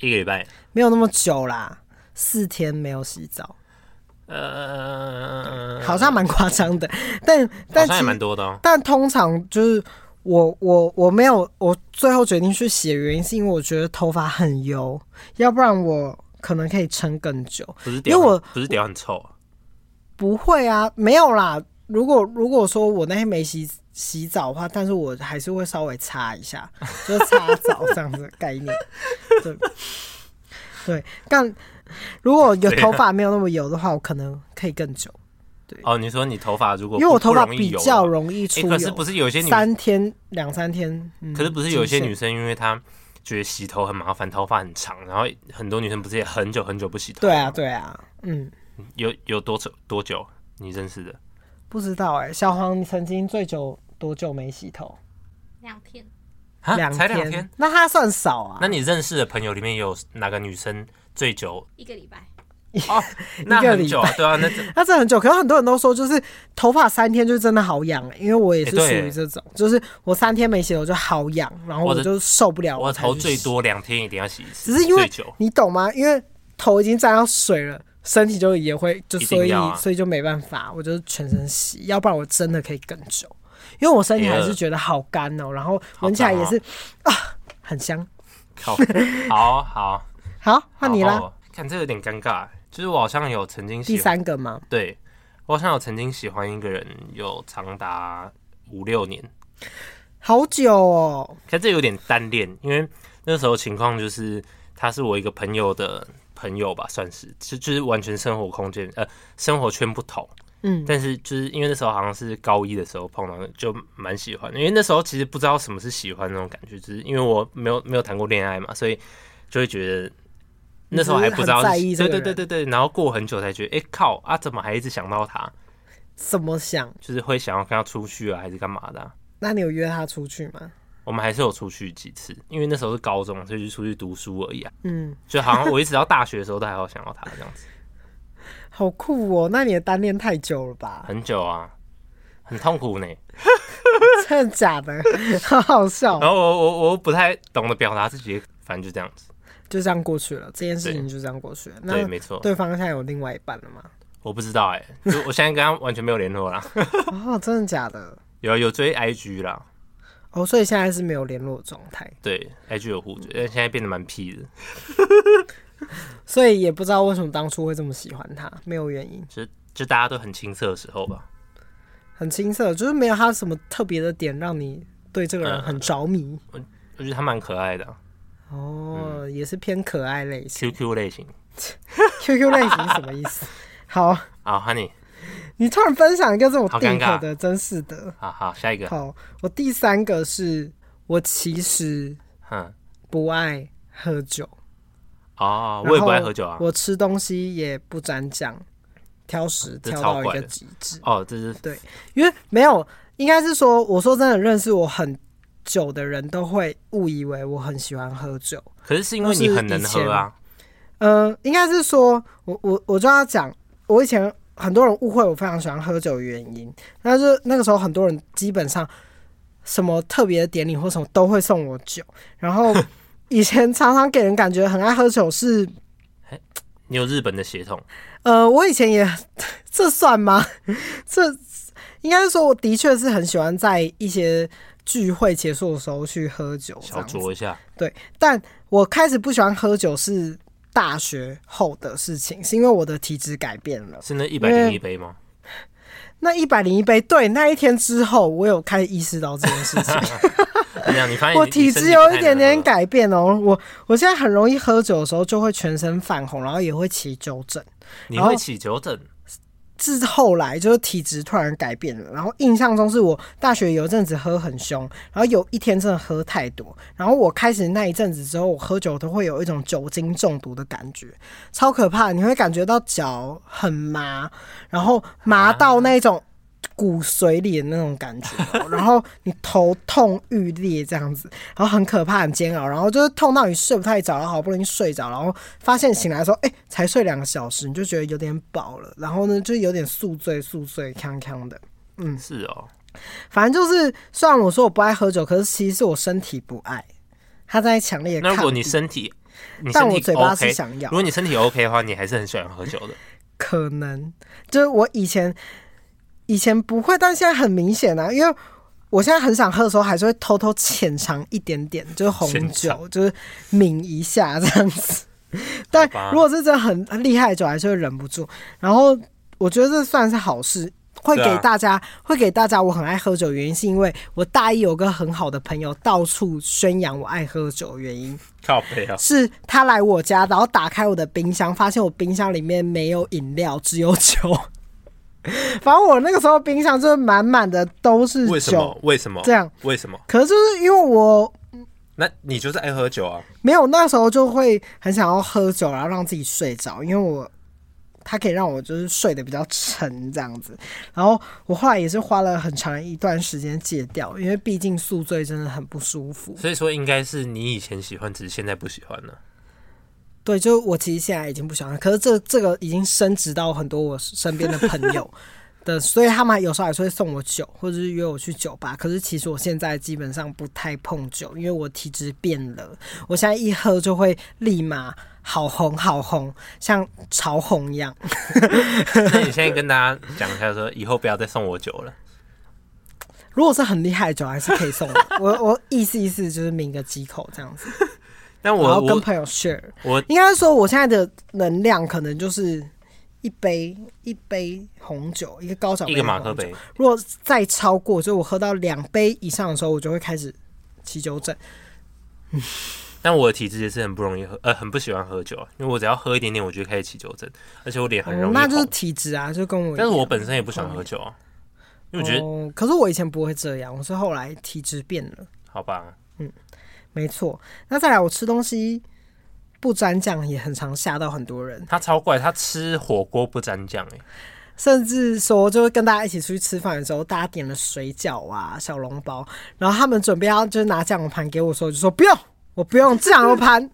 B: 一个礼拜，
A: 没有那么久啦，四天没有洗澡，
B: 呃，
A: 好像蛮夸张的。但
B: 好
A: 但
B: 像
A: 其
B: 也
A: 实
B: 蛮多的哦。
A: 但通常就是我我我没有，我最后决定去洗的原因是因为我觉得头发很油，要不然我可能可以撑更久。
B: 不是
A: 因为我
B: 屌，不是屌很臭啊，
A: 不会啊，没有啦。如果如果说我那天没洗洗澡的话，但是我还是会稍微擦一下，就是擦澡这样子的 概念。对对，但如果有头发没有那么油的话，我可能可以更久，
B: 哦，你说你头发如果
A: 因为我
B: 不
A: 头发
B: 不容易
A: 比
B: 油
A: 较
B: 了
A: 容易出
B: 诶
A: 油。
B: 可是不是有些女，
A: 三天两三天，嗯、
B: 可是不是有些
A: 极限
B: 女生因为她觉得洗头很麻烦，头发很长，然后很多女生不是也很久很久不洗头？
A: 对啊，，对啊，嗯，
B: 有有多久多久？你认识的？
A: 不知道哎、小黄，你曾经最久多久没洗头？
C: 两天，
B: 啊，
A: 两
B: 才两天。，
A: 那他算少啊。
B: 那你认识的朋友里面有哪个女生最久？
C: 一个礼拜，
B: 哦，那很久啊，对啊，那
A: 那这很久，可是很多人都说，就是头发三天就真的好痒、欸，因为我也是
B: 欸对
A: 属于这种，就是我三天没洗头就好痒，然后
B: 我
A: 我
B: 的
A: 就受不了，
B: 我
A: 才去
B: 头最
A: 洗，
B: 多两天一定要洗一次，
A: 只是因为
B: 最久
A: 你懂吗？因为头已经沾到水了，身体就也会就
B: 一定
A: 所以、
B: 要啊
A: 所以就没办法，我就是全身洗，要不然我真的可以更久，因为我身体还
B: 哎
A: 是
B: 呀
A: 觉得好干哦、然后闻起来也是、
B: 哦
A: 啊，很香。
B: 靠，好好，
A: 好，换你
B: 然
A: 啦，
B: 后。看这有点尴尬，就是我好像有曾经
A: 第
B: 喜欢，
A: 三个嘛，
B: 对我好像有曾经喜欢一个人，有长达五六年，
A: 好久哦，
B: 可这有点单恋，因为那时候情况就是他是我一个朋友的朋友吧，算是，就就是完全生活空间呃生活圈不同，
A: 嗯，
B: 但是就是因为那时候好像是高一的时候碰到，就蛮喜欢的。因为那时候其实不知道什么是喜欢那种感觉，就是因为我没有没有谈过恋爱嘛，所以就会觉得那时候还不知
A: 你只
B: 道
A: 是很在意这
B: 对
A: 个
B: 对
A: 人
B: 对对对。然后过很久才觉得，哎、靠啊，怎么还一直想到他？
A: 怎么想？
B: 就是会想要跟他出去啊，还是干嘛的啊、
A: 那你有约他出去吗？
B: 我们还是有出去几次，因为那时候是高中，所以就出去读书而已啊。
A: 嗯，
B: 就好像我一直到大学的时候都还有想到他这样子，
A: 好酷哦，那你的单恋太久了吧？
B: 很久啊，很痛苦呢。
A: 真的假的？ 好好笑
B: 然
A: 哦，
B: 后我我我不太懂得表达自己，反正就这样子。
A: 就这样过去了，这件事情就这样过去了。
B: 对，
A: 那
B: 没错。
A: 对方现在有另外一半了吗？
B: 我不知道哎、就我现在跟他完全没有联络 啦，
A: 哦，真的假的？
B: 有有追 IG 啦，
A: 哦，所以现在是没有联络的状态，
B: 对 IG 有互追，呃但现在变得蛮屁的，
A: 所以也不知道为什么当初会这么喜欢他，没有原因，
B: 就就大家都很青涩的时候吧。
A: 很青涩，就是没有他什么特别的点让你对这个人很着迷。
B: 我觉得他蛮可爱的啊、
A: 哦，也是偏可爱类型。
B: q q 类型。
A: QQ 类型是什么意思？好，
B: 啊好，Honey，
A: 你突然分享一个这么
B: 好尴
A: deep
B: 尬
A: 的，真是的。
B: 好啊好，下一个，
A: 好，我第三个是我其实
B: 嗯，
A: 不爱喝酒，
B: 哦，我也不爱
A: 然后
B: 喝酒啊，
A: 我吃东西也不沾酱，挑食
B: 啊这
A: 挑
B: 超
A: 到一
B: 怪
A: 个
B: 的
A: 极致。
B: 哦，这是
A: 因为没有，应该是说，我说真的，认识我很久的人都会误以为我很喜欢喝酒。
B: 可是是因为你很能喝啊，
A: 呃，应该是说我我我就要讲，我以前很多人误会我非常喜欢喝酒的原因，但是那个时候很多人基本上什么特别的典礼或什么都会送我酒，然 后以前常常给人感觉很爱喝酒是，
B: 你有日本的血统，
A: 呃，我以前也这算吗？ 这应该是说我的确是很喜欢在一些聚会结束的时候去喝酒，这
B: 小
A: 样子。
B: 酌一下，
A: 但我开始不喜欢喝酒是大学后的事情，是因为我的体质改变了。
B: 是那一百零一杯吗？
A: 那一百零一杯，对，那一天之后，我有开始意识到这件 事情，
B: 这样你发现
A: 我
B: 哎你
A: 体
B: 身
A: 质
B: 体不
A: 有
B: 太
A: 一点
B: 能
A: 点
B: 喝
A: 改变哦。我我现在很容易喝酒的时候就会全身泛红，然后也会起酒疹。
B: 你
A: 然后
B: 会起酒疹，
A: 自后来就是体质突然改变了，然后印象中是我大学有一阵子喝很凶，然后有一天真的喝太多，然后我开始那一阵子之后，我喝酒都会有一种酒精中毒的感觉，超可怕，你会感觉到脚很麻，然后麻到那一种骨髓里的那种感觉哦，然后你头痛欲裂这样子，然后很可怕，很煎熬，然后就是痛到你睡不太着，然后好不容易睡着，然后发现醒来的时候，哎、才睡两个小时，你就觉得有点饱了，然后呢，就有点宿醉，宿醉，康康的。
B: 是哦，
A: 反正就是，虽然我说我不爱喝酒，可是其实是我身体不爱，它在强烈
B: 那
A: 抗
B: 如果你
A: 议。
B: 身体，你
A: 但
B: 身
A: 我
B: 体
A: 嘴巴是
B: OK，
A: 想要
B: 如，果你身体 OK 的话，你还是很喜欢喝酒的。
A: 可能就是我以前以前不会，但现在很明显啊，因为我现在很想喝的时候，还是会偷偷浅尝一点点，就是红
B: 浅
A: 酒，
B: 尝
A: 就是抿一下这样子。但
B: 吧
A: 如果是真的很很厉害的酒，还是会忍不住。然后我觉得这算是好事。会
B: 对啊
A: 给大家，会给大家。我很爱喝酒，原因是因为我大一有个很好的朋友，到处宣扬我爱喝酒的原因。
B: 靠背啊，
A: 是他来我家，然后打开我的冰箱，发现我冰箱里面没有饮料，只有酒。 反正我那个时候冰箱就是满满的都是
B: 为什么
A: 酒，？
B: 为什么
A: 这？样。
B: 为什么？
A: 可是就是因为我
B: 那你就是爱喝酒啊？
A: 没有那时候就会很想要喝酒，然后让自己睡着，因为我它可以让我就是睡得比较沉这样子。然后我后来也是花了很长一段时间戒掉，因为毕竟宿醉真的很不舒服。
B: 所以说应该是你以前喜欢，只是现在不喜 欢了。
A: 对，就我其实现在已经不喜欢，可是这这个已经升值到很多我身边的朋 友的，所以他们有时候还是会送我酒，或者是约我去酒吧。可是其实我现在基本上不太碰酒，因为我体质变了，我现在一喝就会立马好红好红，像潮红一样。
B: 那你现在跟大家讲一下说以后不要再送我酒了。
A: 如果是很厉害的酒，还是可以送我。我我意思意思就是抿个几口这样子，
B: 但
A: 然
B: 我
A: 后跟
B: 我
A: 朋友 share。
B: 我
A: 应该说，我现在的能量可能就是一杯一杯红酒，一个高脚杯
B: 一
A: 的
B: 个
A: 红酒
B: 马克杯，
A: 如果再超过，就我喝到两杯以上的时候，我就会开始起酒疹。
B: 但我的体质也是很不容易喝，呃，很不喜欢喝酒啊，因为我只要喝一点点，我就开始起酒疹，而且我脸很容易
A: 那就是
B: 红。
A: 体质啊，就跟我一样。
B: 但是我本身也不想喝酒啊，因为我觉得、
A: 哦，可是我以前不会这样，我是后来体质变了。
B: 好吧，
A: 没错，那再来，我吃东西不沾酱也很常吓到很多人，
B: 他超怪，他吃火锅不沾酱哎、
A: 甚至说，就是跟大家一起出去吃饭的时候，大家点了水饺啊、小笼包，然后他们准备要就是拿酱油盘给我说，我就说不用，我不用酱油盘，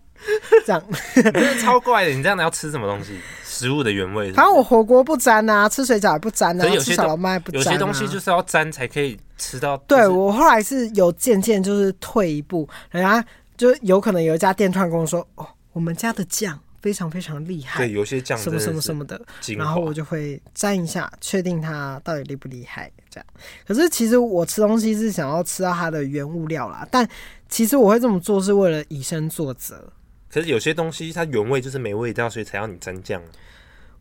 A: 这 样。
B: 欸，超怪的，你这样的要吃什么东西？食物的原味是不是
A: 反正我火锅不沾啊，吃水饺也不沾啊
B: 可是，有些
A: 吃小笼包也不
B: 有
A: 沾、啊。
B: 些东西就是要沾才可以吃到，
A: 对
B: 就是
A: 我后来是有渐渐就是退一步，人家就是有可能有一家店突然跟我说，哦，我们家的酱非常非常厉害
B: 对，有些酱
A: 什么什么什么的，
B: 精华
A: 然后我就会沾一下，确定它到底厉不厉害。这样，可是其实我吃东西是想要吃到它的原物料啦，但其实我会这么做是为了以身作则。
B: 可是有些东西它原味就是没味道，所以才要你沾酱啊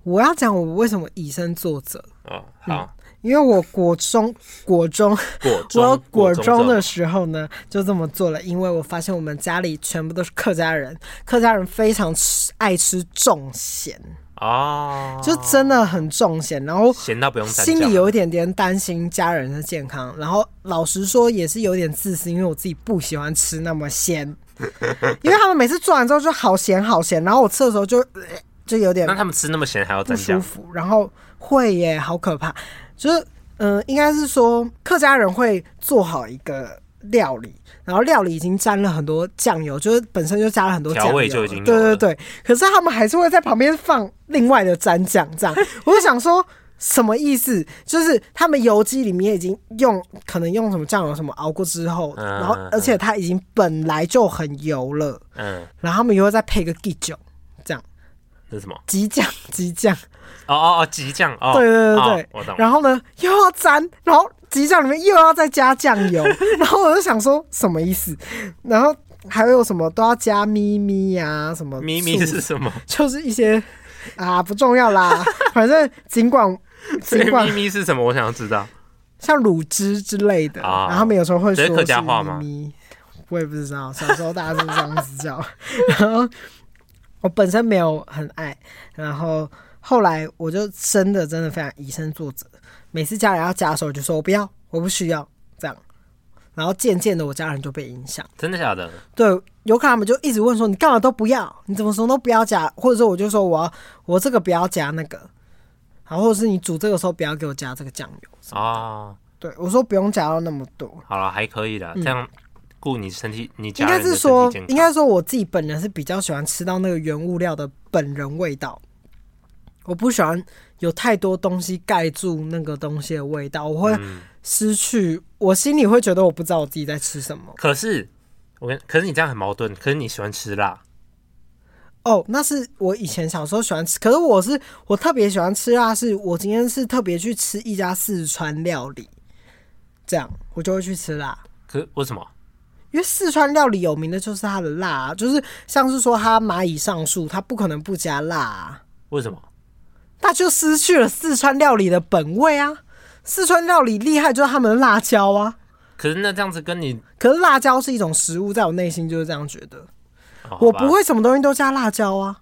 A: 我要讲我为什么以身作则，
B: 哦。好，
A: 因为我国 中国中
B: 果
A: 嗯我有
B: 中
A: 果中的
B: 的
A: 时候呢，就这么做了，因为我发现我们家里全部都是客家人，客家人非常吃爱吃重咸，
B: 哦，
A: 就真的很重险，然后
B: 闲到不用蘸
A: 心
B: 酱啊
A: 里有一点点担心家人的健康，然后老实说也是有点自私，因为我自己不喜欢吃那么咸，因为他们每次做完之后就好咸好咸，然后我吃的时候就呃就有点
B: 那他们吃那么咸还要
A: 不
B: 蘸
A: 舒
B: 酱？
A: 服，然后会耶，好可怕。就是，嗯、应该是说客家人会做好一个料理，然后料理已经沾了很多酱油，就是本身就加了很多
B: 调
A: 酱油
B: 味
A: 了，
B: 就已经有
A: 对
B: 了
A: 对对。可是他们还是会在旁边放另外的蘸酱，这 样我就想说。什么意思？就是他们油鸡里面已经用可能用什么酱油什么熬过之后，
B: 嗯
A: 然后
B: 嗯
A: 而且它已经本来就很油了，
B: 嗯，
A: 然后他们又会再配个鸡酒，这样
B: 这是什么？
A: 鸡酱鸡酱，
B: 哦哦哦，极酱哦，
A: 对对对
B: 哦
A: 对，
B: 我懂。
A: 然后呢又要沾，然后鸡酱里面又要再加酱 油，然后我就想说什么意思？然后还有什么都要加咪咪呀、什么
B: 咪咪
A: 醋
B: 是什么？
A: 就是一些啊不重要啦，反正尽管
B: 所以
A: 尽管
B: 咪咪是什么？我想要知道。
A: 像乳汁之类的，
B: 啊
A: 然后他们有时候会
B: 这
A: 说
B: 是客
A: 是
B: 家话吗
A: 咪咪，我也不知道，小时候大家是这样子叫， 然后我本身没有很爱，然后后来我就真的真的非常以身作则，每次家人要加的时候，我就说我不要，我不需要这样，然后渐渐的我家人就被影响。
B: 真的假的？
A: 对，有可能他们就一直问说你干嘛都不要，你怎么什么都不要加，或者说我就说我要我这个不要加那个，然后或者是你煮这个时候不要给我加这个酱油。
B: 哦，
A: 对，我说不用加到那么多，
B: 好了，还可以的，这样顾你身体，你
A: 应
B: 家
A: 该
B: 人
A: 是
B: 的身
A: 说
B: 体，健
A: 应
B: 康。
A: 该说我自己本人是比较喜欢吃到那个原物料的本人味道，我不喜欢有太多东西盖住那个东西的味道，我会
B: 嗯，
A: 失去，我心里会觉得我不知道我自己在吃什么。
B: 可是我跟，可是你这样很矛盾。可是你喜欢吃辣，
A: 哦，那是我以前小时候喜欢吃，可是我是我特别喜欢吃辣，是我今天是特别去吃一家四川料理，这样我就会去吃辣。
B: 可为什么？
A: 因为四川料理有名的就是它的辣、啊，就是像是说它蚂蚁上树，它不可能不加辣、啊，
B: 为什么？
A: 那就失去了四川料理的本味啊。四川料理厉害就是他们的辣椒啊，
B: 可是那这样子跟你，
A: 可是辣椒是一种食物，在我内心就是这样觉得，
B: 哦
A: 我
B: 好吧
A: 不会什么东西都加辣椒啊，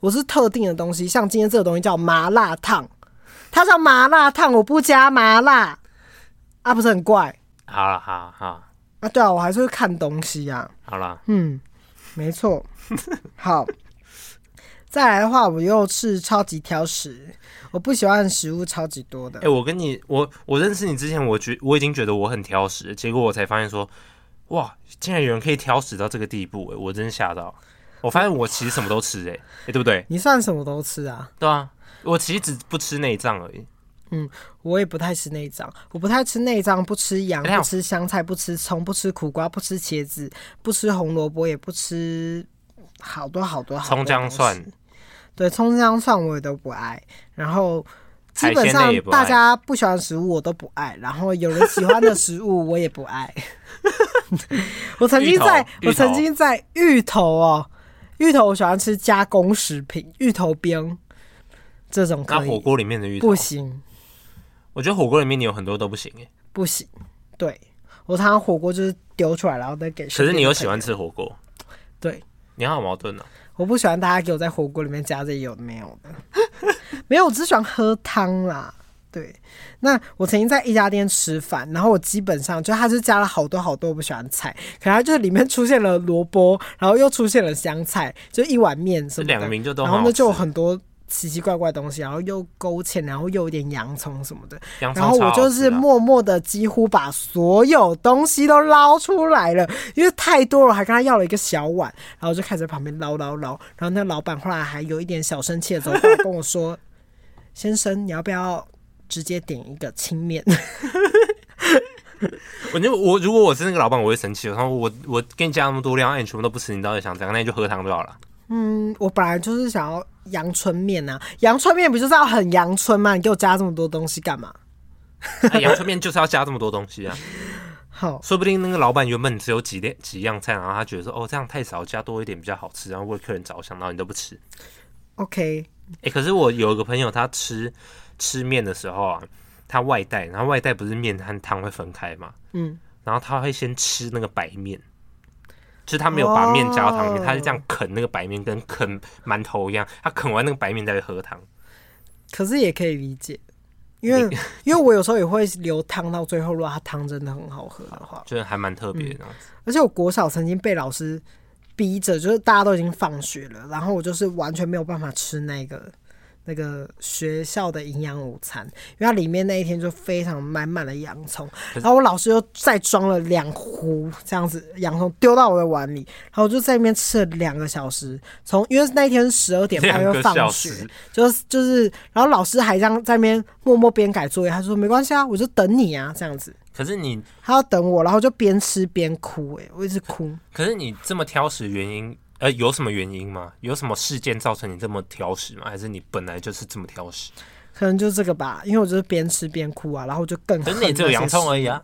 A: 我是特定的东西，像今天这个东西叫麻辣烫，它叫麻辣烫，我不加麻辣，啊不是很怪
B: 好了，好好
A: 啊？对啊，我还是会看东西啊。
B: 好了，
A: 嗯，没错。好，再来的话，我又是超级挑食，我不喜欢食物超级多的
B: 哎、。我跟你，我我认识你之前，我觉我已经觉得我很挑食，结果我才发现说，哇，竟然有人可以挑食到这个地步、哎，我真吓到。我发现我其实什么都吃、哎、哎，对不对？
A: 你算什么都吃啊？
B: 对啊，我其实只不吃内脏而已。
A: 我也不太吃内脏，我不太吃内脏，不吃羊，
B: 哎呀
A: 不吃香菜，不吃葱，不吃苦瓜，不吃茄子，不吃红萝卜，也不吃好多好多好多
B: 葱姜
A: 东西
B: 蒜。
A: 对，葱姜蒜我也都不爱，然后基
B: 海
A: 本
B: 鲜类
A: 上
B: 也不
A: 大
B: 爱
A: 家不喜欢的食物我都不爱，然后有人喜欢的食物我也不爱。 我曾经在，
B: 芋头
A: 我曾
B: 芋头
A: 经在芋头哦，芋头我喜欢吃加工食品，芋头冰这种
B: 那
A: 可
B: 火
A: 以，
B: 锅里面的芋头啊
A: 不，行
B: 我觉得火锅里面你有很多都不行哎、
A: 不行，对我常常火锅就是丢出来，然后再给。
B: 可是你又喜欢？吃火锅，
A: 对，
B: 你好矛盾呢、哦
A: 我不喜欢大家给我在火锅里面加这些有的没有的， 没有，我只喜欢喝汤啦。对，那我曾经在一家店吃饭，然后我基本上就它就加了好多好多我不喜欢的菜，可它就是里面出现了萝卜，然后又出现了香菜，就一碗面什
B: 这
A: 么
B: 两个
A: 的，
B: 名就都
A: 然
B: 很
A: 后
B: 好
A: 呢就有
B: 吃。
A: 很多奇奇怪怪的东西，然后又勾芡，然后又有点洋葱什么的，
B: 洋葱
A: 然后
B: 超
A: 我
B: 好
A: 就是
B: 吃啊的
A: 默默的几乎把所有东西都捞出来了，因为太多了，我还跟他要了一个小碗，然后我就开始在旁边捞捞捞，然后那老板后来还有一点小生气的走过来跟我说：“先生，你要不要直接点一个清面？”
B: 我就我如果我是那个老板，我会生气。然后我我给你加那么多料，那你全部都不吃，你到底想怎样？那你就喝汤就好了。
A: 嗯，我本来就是想要阳春面啊，阳春面不就是要很阳春吗？你给我加这么多东西干嘛？
B: 哎阳春面就是要加这么多东西啊！
A: 好，
B: 说不定那个老板原本只有几点几样菜，然后他觉得说哦这样太少，加多一点比较好吃，然后为客人着想，然后你都不吃。
A: OK，
B: 哎、可是我有一个朋友，他吃吃面的时候啊，他外带，然后外带不是面和汤会分开嘛，
A: 嗯，
B: 然后他会先吃那个白面，就是他没有把面加到汤里面，
A: 哦
B: 他是这样啃那个白面，跟啃馒头一样，他啃完那个白面再去喝汤。
A: 可是也可以理解，因为因为我有时候也会留汤到最后，如果它汤真的很好喝的话，
B: 就是还蛮特别的这样子。
A: 而且我国小曾经被老师逼着，就是大家都已经放学了，然后我就是完全没有办法吃那个那个学校的营养午餐，因为它里面那一天就非常满满的洋葱，
B: 是
A: 然后我老师又再装了两壶这样子洋葱丢到我的碗里，然后我就在那边吃了两个小时，从因为那一天是十二点半
B: 两
A: 要
B: 个
A: 放
B: 小
A: 学
B: 时，，
A: 就是就是，然后老师还这样在那边默默边改作业，他说没关系啊，我就等你啊，这样子，
B: 可是你，
A: 他要等我，然后就边吃边哭、欸，我一直哭，
B: 可是你这么挑食原因，呃，有什么原因吗？有什么事件造成你这么挑食吗？还是你本来就是这么 挑食？
A: 可能就这个吧，因为我就是边吃边哭啊，然后我就更
B: 可
A: 恨
B: 是你也只有洋葱而
A: 已，
B: 已啊。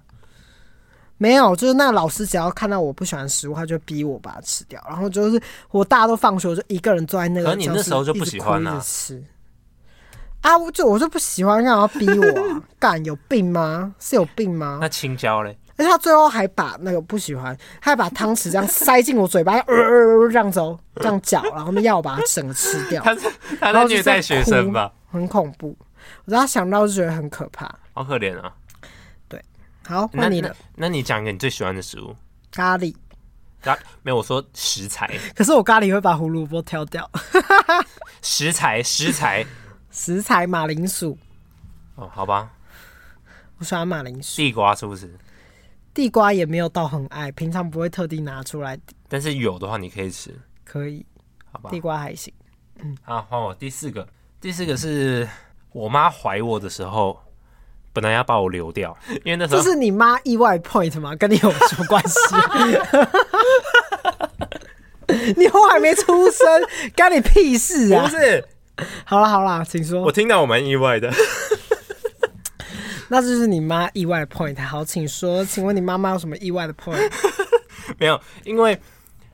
A: 没有，就是那个老师只要看到我不喜欢食物，他就逼我把它吃掉，然后就是我大家都放学，我就一个人坐在那个
B: 可
A: 教室，
B: 你那时候就不喜欢
A: 一直
B: 啊
A: 哭一直吃。啊，我就我就不喜欢，干嘛要逼我、啊？干有病吗？是有病吗？
B: 那青椒嘞？
A: 而且他最后还把那个不喜欢，他还把汤匙这样塞进我嘴巴，呃呃呃这样子哦，这样嚼，然后要我把它整个吃掉，
B: 他是他
A: 然后就
B: 在虐待学生吧？
A: 很恐怖。我当时想到就觉得很可怕。
B: 好可怜啊！
A: 好，
B: 那
A: 换你
B: 那
A: 了，
B: 那你讲一个你最喜欢的食物？
A: 咖喱。
B: 啊，没有，我说食材，
A: 可是我咖喱会把胡萝卜挑掉，
B: 食材，食材。
A: 食材马铃薯，
B: 哦，好吧，
A: 我喜欢马铃薯，
B: 地瓜是不是？
A: 地瓜也没有到很爱，平常不会特地拿出来，
B: 但是有的话你可以吃，
A: 可以，
B: 好吧
A: 地？瓜还行。
B: 啊，换我第四个，第四个是我妈怀我的时候，本来要把我流掉，因为那时
A: 这
B: 候
A: 是你妈意外 point 吗？跟你有什么关系？ 你后还没出生，干你屁事
B: 不
A: 啊！
B: 是，
A: 好了好了，请
B: 我
A: 说。
B: 听到我蛮意外的，
A: 那就是你妈意外的 point。好，请说。请问你妈妈有什么意外的 point？
B: 没有，因为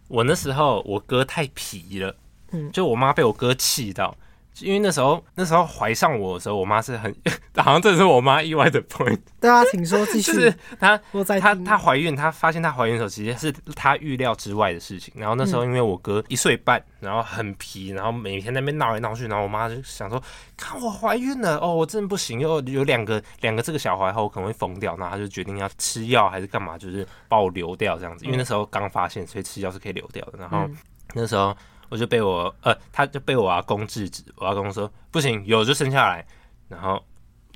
B: 我那时候我哥太皮了，
A: 嗯
B: 就我妈被我哥气到。因为那时候那时候怀上我的时候，我妈是很， 好像这是我妈意外的 point，
A: 对啊，请说，继
B: 就
A: 续。
B: 是她
A: 我在
B: 她
A: 听
B: 她怀孕，她发现她怀孕的时候，其实是她预料之外的事情。然后那
A: 嗯
B: 时候因为我哥一岁半，然后很皮，然后每天在那边闹来闹去，然后我妈就想说，看我怀孕了哦，我真的不行，又有两个两个这个小孩后，我可能会疯掉。然后她就决定要吃药还是干嘛，就是把我流掉这样
A: 嗯
B: 子。因为那时候刚发现，所以吃药是可以流掉的。然后那时候我就被我呃，他就被我阿公制止，我阿公说不行，有就生下来，然后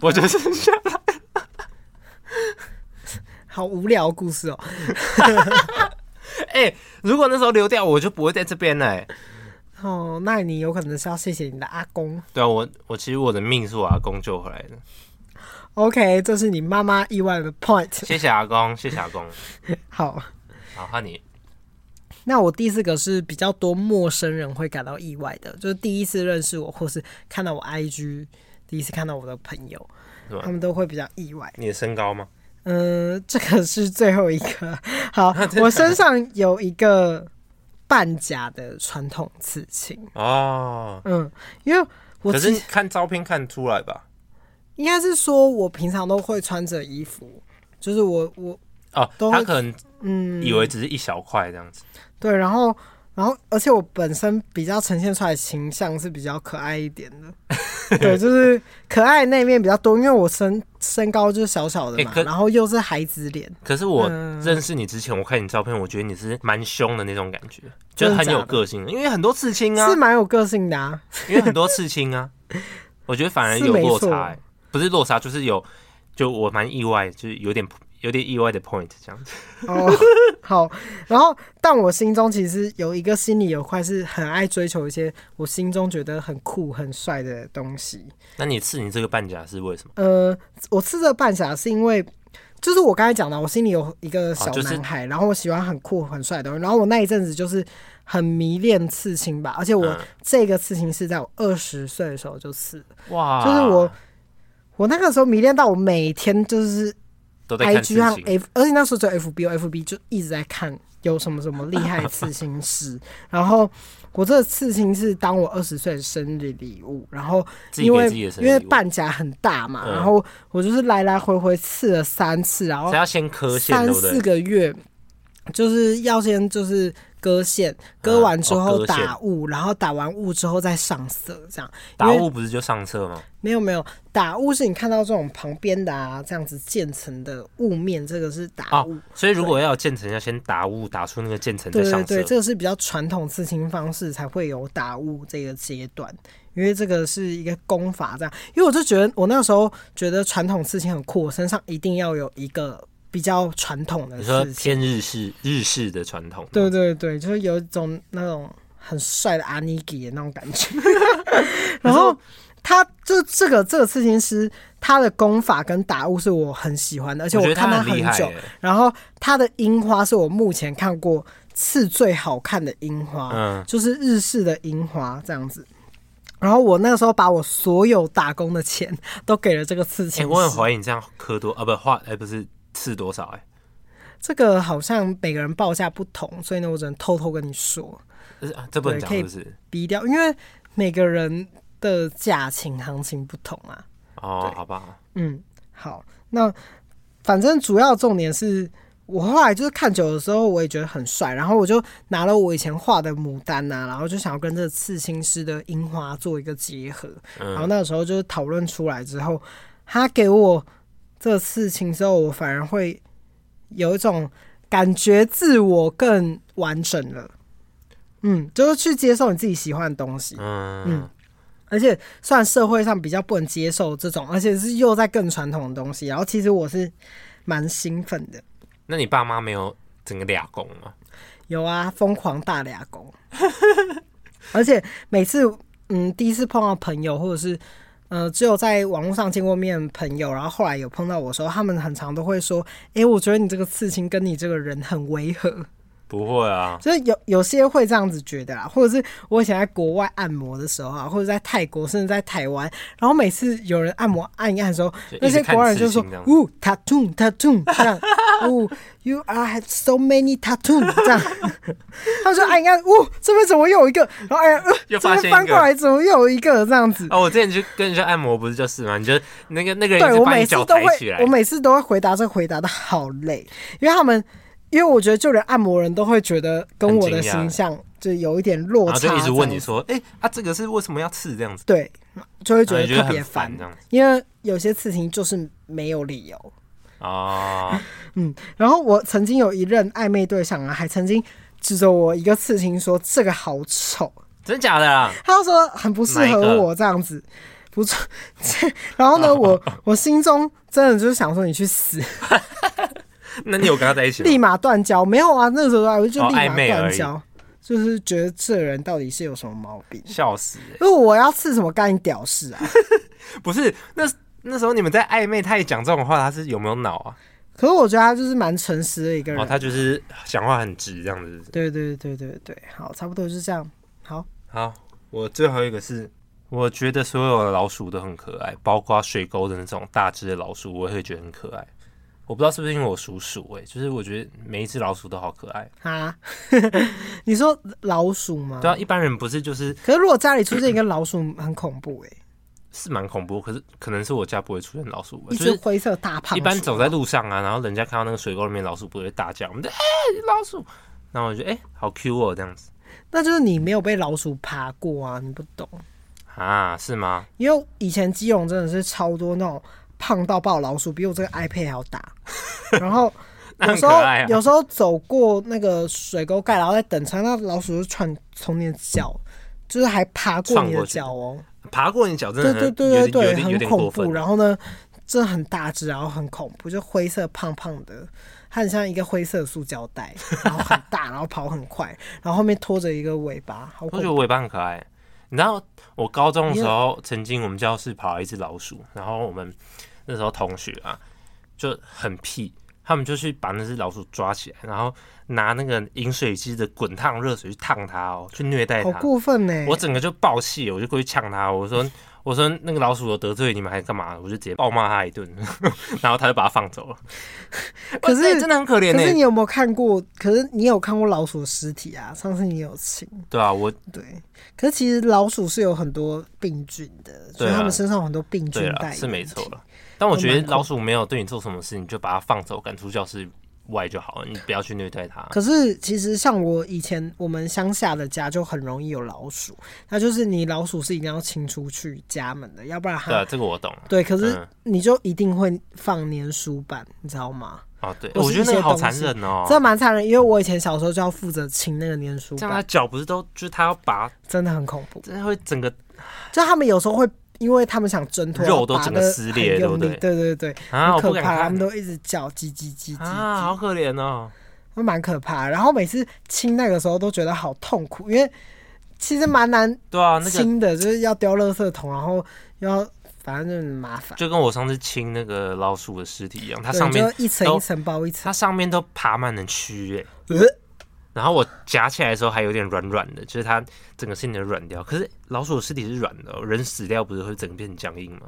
B: 我 就生下来。
A: 好无聊的故事哦、
B: 哎、如果那时候流掉，我就不会在这边了、哎
A: 哦，那你有可能是要谢谢你的阿公。
B: 对啊，我我其实我的命是我阿公救回来的，
A: OK，这是你妈妈意外的 point。
B: 谢谢阿公，谢谢阿公。
A: 好，
B: 好，换你。
A: 那我第四个是比较多陌生人会感到意外的，就是第一次认识我，或是看到我 IG，第一次看到我的朋友
B: 是吧，
A: 他们都会比较意外。
B: 你的身高吗？
A: 嗯、这个是最后一个。 好，我身上有一个半甲的传统刺青，
B: 哦，
A: 嗯，因为我
B: 可
A: 其
B: 是
A: 实
B: 看照片看出来吧。
A: 应该是说我平常都会穿着衣服，就是我我
B: 哦，
A: 都
B: 他
A: 会
B: 可能
A: 嗯
B: 以为只是一小块这样子。
A: 对，然后然后而且我本身比较呈现出来的形象是比较可爱一点 的，对，就是可爱的那一面比较多，因为我身身高就是小小的
B: 欸
A: 嘛，
B: 可
A: 然后又是孩子脸，
B: 可是我
A: 嗯
B: 认识你之前，我看你照片，我觉得你是蛮凶的那种感觉，就是
A: 真
B: 很
A: 的假
B: 有
A: 的
B: 个性的，因为很多刺青啊
A: 是，蛮有个性的啊。
B: 因为很多刺青 啊，我觉得反而
A: 是
B: 有
A: 没
B: 落
A: 错
B: 差、欸，不是落差，就是有，就我蛮意外，就是有点有点意外的 point 这样子。
A: 哦，好，然后但我心中其实有一个心里有块是很爱追求一些我心中觉得很酷很帅的东西。
B: 那你刺你这个半甲是为什么？
A: 呃，我吃这半侠是因为，就是我刚才讲的，我心里有一个小
B: 哦就是
A: 男孩，然后我喜欢很酷很帅的东西，然后我那一阵子就是很迷恋刺青吧，而且我
B: 嗯
A: 这个刺青是在我二十岁的时候就刺的，
B: 哇，
A: 就是我我那个时候迷恋到我每天就是
B: 都在看
A: IG
B: 刺
A: 和
B: 青，
A: F，而且那时候只有 FB，我 FB 就一直在看有什么什么厉害刺青 师，然后。我这个刺青是当我二十岁的生日礼物，然后
B: 自己
A: 因
B: 给
A: 为
B: 自己的生日
A: 因为
B: 礼物
A: 半甲很大嘛，
B: 嗯
A: 然后我就是来来回回刺了三次，然后
B: 才要先刻线，
A: 三
B: 对不
A: 四
B: 对？
A: 个月，就是要先就是割线，割完之
B: 哦
A: 后
B: 割线
A: 打雾，然后打完雾之后再上色，这样。因
B: 打
A: 为
B: 雾不是就上色吗？
A: 没有没有打雾是你看到这种旁边的啊这样子渐层的雾面，这个是打
B: 哦
A: 雾。，
B: 所以如果要有渐层，要先打雾，打出那个渐层再
A: 对
B: 上
A: 对
B: 色。
A: 对，这个是比较传统刺青方式才会有打雾这个阶段，因为这个是一个功法这样。因为我就觉得我那时候觉得传统刺青很酷，我身上一定要有一个比较传统的
B: 你说
A: 事情。
B: 偏日式日式的传统，哎
A: 对对对，就是有一种那种很帅的阿尼基的那种感 觉。然后他就这个这个刺青师，他的功法跟打雾是我很喜欢的，而且
B: 我觉得
A: 看
B: 他
A: 他
B: 很
A: 很
B: 厉害
A: 久。
B: 耶，
A: 然后它的樱花是我目前看过刺最好看的樱花，
B: 嗯，
A: 就是日式的樱花这样子。然后我那个时候把我所有打工的钱都给了这个刺
B: 哎，
A: 青
B: 我很
A: 师
B: 怀疑你这样磕多啊，不画哎不是刺多少哎，
A: 这个好像每个人报价不同，所以呢，我只能偷偷跟你说，
B: 这是啊这不能
A: 对
B: 讲
A: 可以
B: 是不是？
A: 低调，因为每个人的价情行情不同啊。
B: 哦，
A: 对
B: 好吧，
A: 嗯，好，那反正主要重点是我后来就是看久的时候，我也觉得很帅，然后我就拿了我以前画的牡丹呐、然后就想要跟这个刺青师的樱花做一个结合，然后
B: 嗯，
A: 那个时候就是讨论出来之后，他给我这个刺青之后，我反而会有一种感觉自我更完整了，嗯，就是去接受你自己喜欢的东西，
B: 嗯
A: 而且虽然社会上比较不能接受这种，而且是又在更传统的东西，然后其实我是蛮兴奋的。
B: 那你爸妈没有整个俩工吗？
A: 有啊，疯狂大俩狗， 而且每次嗯第一次碰到朋友，或者是呃只有在网络上见过面的朋友，然后后来有碰到我的时候，他们很常都会说：“诶、我觉得你这个刺青跟你这个人很违和。”
B: 不会啊，
A: 就是有有些会这样子觉得啦，啊或者是我以前在国外按摩的时候啊，或者在泰国甚至在台湾，然后每次有人按摩按一按的时候
B: 就，一
A: 那
B: 直
A: 些
B: 看
A: 国外人
B: 刺
A: 就说
B: 青这样：“
A: 呜，tattoo tattoo 这样，呜，you are have so many tattoo 这样。” 他们说按一按，呜，这边怎么又有一个？然后哎呀，呃
B: 又
A: 这
B: 发现
A: 边
B: 一个
A: 翻过来怎么又有一个？这样子，
B: 哦，我之前去跟人家按摩不是就是吗？你就那个那个人
A: 对
B: 一直
A: 我
B: 把
A: 每
B: 你
A: 次
B: 脚
A: 都
B: 抬起
A: 会
B: 来，，
A: 我每次都会回答这个回答的好累，因为他们，因为我觉得就连按摩人都会觉得跟
B: 很
A: 我
B: 惊
A: 的
B: 讶欸
A: 形象就有一点落
B: 然后
A: 差，
B: 就一直问
A: 这
B: 你
A: 样子，
B: 说，哎啊，这个是为什么要刺这样子？
A: 对，就会觉得
B: 然后你就
A: 特别
B: 很烦
A: 烦
B: 这样子，
A: 因为有些事情就是没有理由。
B: 哦，
A: 嗯，然后我曾经有一任暧昧对象啊，还曾经指着我一个刺青说这个好丑，
B: 真假的啊？
A: 他就说很不适
B: 哪一
A: 合
B: 个
A: 我这样子，不错。 然后呢， 我我心中真的就是想说你去死。
B: 那你有跟他在一起吗？
A: 立马断交，没有啊，那时候啊，我就
B: 哦
A: 立马
B: 暧昧而
A: 断
B: 已
A: 交，就是觉得这人到底是有什么毛病？
B: 笑死、欸！
A: 因为我要刺什么干你屌事啊！
B: 不是那那时候你们在暧昧，他也讲这种话，他是有没有脑啊？
A: 可是我觉得他就是蛮诚实的一个人。
B: 哦，他就是讲话很直这样子。
A: 对对对对对对，好，差不多就是这样。好，
B: 好，我最后一个是，我觉得所有的老鼠都很可爱，包括水沟的那种大只的老鼠，我也会觉得很可爱。我不知道是不是因为我属鼠哎、就是我觉得每一只老鼠都好可爱。
A: 啊， 你说老鼠吗？
B: 对啊，一般人不是就是
A: 可是如果家里出现一个老鼠，很恐怖哎、
B: 是蛮恐怖，可是可能是我家不会出现老鼠吧，
A: 一
B: 就
A: 只
B: 是
A: 灰色大胖鼠。哦
B: 一般走在路上啊，然后人家看到那个水沟里面老鼠，不会大叫，我们就哎、老鼠，然后我就哎、好 Q 哦这样子
A: 那就是你没有被老鼠爬过啊，你不懂。
B: 啊，是吗？
A: 因为以前基隆真的是超多那种胖到爆老鼠，比我这个 iPad 还要 大。然后
B: 那
A: 有
B: 很
A: 时
B: 可
A: 候、
B: 爱啊
A: 有时候走过那个水沟盖，然后在等车，那老鼠就窜从你的脚，就是还爬过你的脚哦。
B: 爬过你脚真
A: 对对
B: 的很
A: 对对
B: 有
A: 对，
B: 点有点有
A: 很
B: 点
A: 恐
B: 过
A: 怖。
B: 分。
A: 然后呢，真的很大只，然后很恐怖，就灰色胖胖的。它很像一个灰色的塑胶 袋，然后很大，然后跑很快，然后后面拖着一个尾巴，好
B: 我
A: 恐
B: 觉
A: 怖
B: 得尾巴很可爱。你知道我高中的时候，曾经我们教室跑来一只老鼠，然后我们那时候同学啊就很屁，他们就去把那只老鼠抓起来，然后拿那个饮水机的滚烫热水去烫它哦，去虐待
A: 好
B: 它。
A: 过分呢、
B: 我整个就爆气，我就过去呛他，我说我说那个老鼠有得罪你们还干嘛？我就直接暴骂他一顿， 然后他就把它放走了。
A: 可是
B: 哇真的很可怜欸
A: 可是你
B: 呢。
A: 有没有看过？可是你有看过老鼠的尸体啊？上次你有亲，
B: 对啊，我
A: 对。可是其实老鼠是有很多病菌的，所
B: 对啊
A: 以它们身上有很多病菌
B: 对
A: 带
B: 了，
A: 有
B: 是没错了。但我
A: 都
B: 觉
A: 蛮
B: 得老鼠没有对你做什么事，你就把它放走赶出教室，外就好了，你不要去虐待它。
A: 可是其实像我以前我们乡下的家就很容易有老鼠，那就是你老鼠是一定要清出去家门的，要不然它
B: 对啊，这个我懂。
A: 对，可是
B: 嗯
A: 你就一定会放粘鼠板，你知道吗？
B: 哦，对，
A: 或是
B: 我觉得那
A: 一些
B: 个好
A: 东
B: 残
A: 西
B: 忍哦。
A: 这蛮残忍，因为我以前小时候就要负责清那个粘鼠
B: 这样他
A: 板，
B: 脚不是都就是他要拔，
A: 真的很恐怖。
B: 真的会整个
A: 就他们有时候会，因为他们想挣脱，
B: 肉都
A: 拔
B: 整个
A: 得
B: 撕
A: 很
B: 裂对
A: 用
B: 不
A: 力
B: 对
A: 对对对，
B: 啊，
A: 很
B: 我
A: 可
B: 不敢
A: 怕，他
B: 看
A: 们都一直叫叽叽叽叽
B: 啊，好
A: 叽，
B: 可怜哦。
A: 都蛮可怕的。然后每次清那个时候都觉得好痛苦，因为其实蛮难
B: 对啊，那个
A: 清的，就是要丢垃圾桶，然后要反正就是很麻烦，
B: 就跟我上次清那个老鼠的尸体一样，它
A: 对
B: 上面
A: 就一层
B: 都
A: 一层包一层
B: 它，上面都爬满了蛆哎、
A: 呃
B: 然后我夹起来的时候还有点软软的，就是它整个身体都软掉。可是老鼠的尸体是软的哦、人死掉不是会整个变僵硬吗？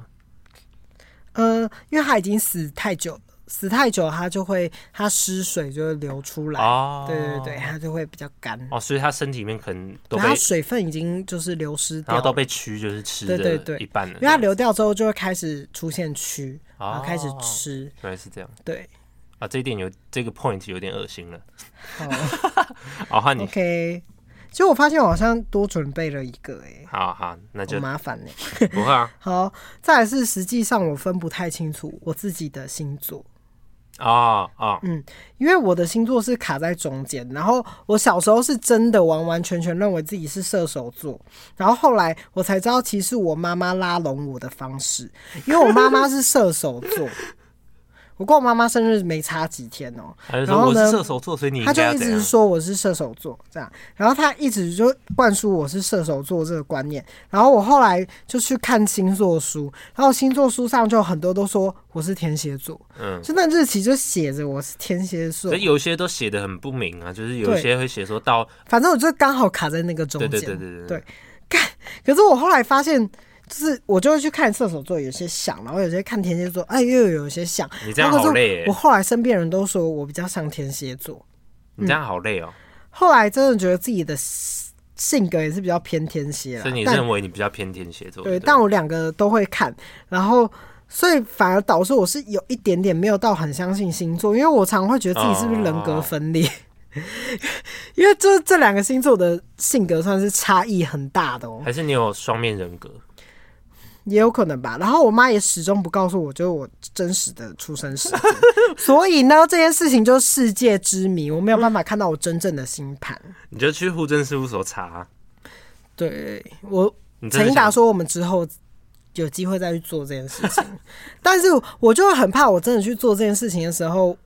A: 呃，因为它已经死太久了，死太久它就会它湿水就会流出来，
B: 哦，
A: 对对对，，它就会比较干。
B: 哦，所以它身体里面可能都
A: 然
B: 被
A: 后水分已经就是流失
B: 然
A: 掉
B: 后都
A: 了，
B: 被蛆就是吃
A: 对对
B: 的
A: 对
B: 一半了
A: 因为它流掉之后就会开始出现蛆，
B: 这样
A: 然后开始
B: 嗯哦
A: 吃。
B: 原来是这样
A: 对，
B: 啊，这一点有这个 point 有点恶心了。
A: 好
B: 好，换你。
A: 哦，OK。其实我发现我好像多准备了一个、欸，
B: 好好，那
A: 好
B: 就
A: 麻烦呢、欸
B: 不会啊。
A: 好，再来是实际上我分不太清楚我自己的星座，
B: 哦哦，
A: 因为我的星座是卡在中间。然后我小时候是真的完完全全认为自己是射手座，然后后来我才知道，其实是我妈妈拉拢我的方式，因为我妈妈是射手 座。我跟我妈妈生日没差几天哦、
B: 他就
A: 然
B: 说
A: 后
B: 我
A: 呢
B: 是射手座，所以你应
A: 他就
B: 该要
A: 一
B: 怎
A: 直
B: 样？
A: 说我是射手座这样，然后他一直就灌输我是射手座这个观念，然后我后来就去看星座书，然后星座书上就很多都说我是天蝎座，
B: 嗯，
A: 就那日期就写着我是天蝎座
B: 所以，有些都写的很不明啊，就是有些会写说到
A: 反正我就刚好卡在那个中
B: 对
A: 间。
B: 对对对
A: 对可是我后来发现。就是我就会去看射手座，有些像，然后有些看天蝎座，哎，又有些像。
B: 你这样好累
A: 我
B: 欸，
A: 后来身边人都说我比较像天蝎座，嗯
B: 你这样好累哦。
A: 后来真的觉得自己的性格也是比较偏天蝎啦
B: 所以你
A: 啊但
B: 认为你比较偏天蝎座？
A: 对，
B: 不
A: 但我两个都会看，然后所以反而导致我是有一点点没有到很相信星座，因为我常会觉得自己是不是人格分裂，
B: 哦
A: 因为这这两个星座的性格算是差异很大的哦，
B: 还是你有双面人格？
A: 也有可能吧。然后我妈也始终不告诉我，就是我真实的出生 时间，所以呢，这件事情就是世界之谜，我没有办法看到我真正的星盘。
B: 你就去户政事务所查啊。
A: 对我，
B: 你真
A: 陈
B: 的
A: 英达
B: 想
A: 说，我们之后有机会再去做这件事情，但是我就很怕，我真的去做这件事情的时候，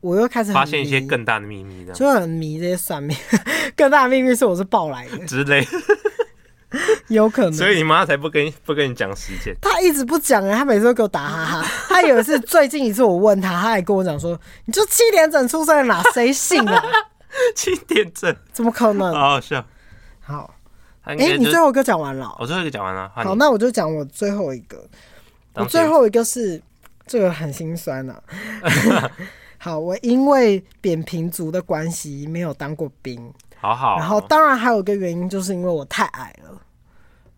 A: 我又开始很
B: 发现一些
A: 迷
B: 更大的秘密，这样
A: 就很迷这些算命。 更大的秘密是我是抱来的，
B: 之类，
A: 有可
B: 所
A: 能。
B: 以你妈才不跟不跟你讲时 间。
A: 他一直不讲啊，他每次都给我打哈哈。他有一次，最近一次我问他，他还跟我讲说：“你就七点整出生的哪谁信啊？
B: 七点整，
A: 怎么可能
B: 好好笑。？”
A: 好，
B: 他应
A: 哎、
B: 该
A: 嗯你
B: 哦就
A: 最后一个讲完了哦、
B: 我最后一个讲完了，换
A: 好，
B: 啊你。
A: 那我就讲我最后一个。我
B: 当
A: 最
B: 心
A: 后一个是这个很心酸 啊。 好，我因为扁平足的关系没有当过兵，
B: 好好哦，
A: 然后当然还有一个原因就是因为我太矮了，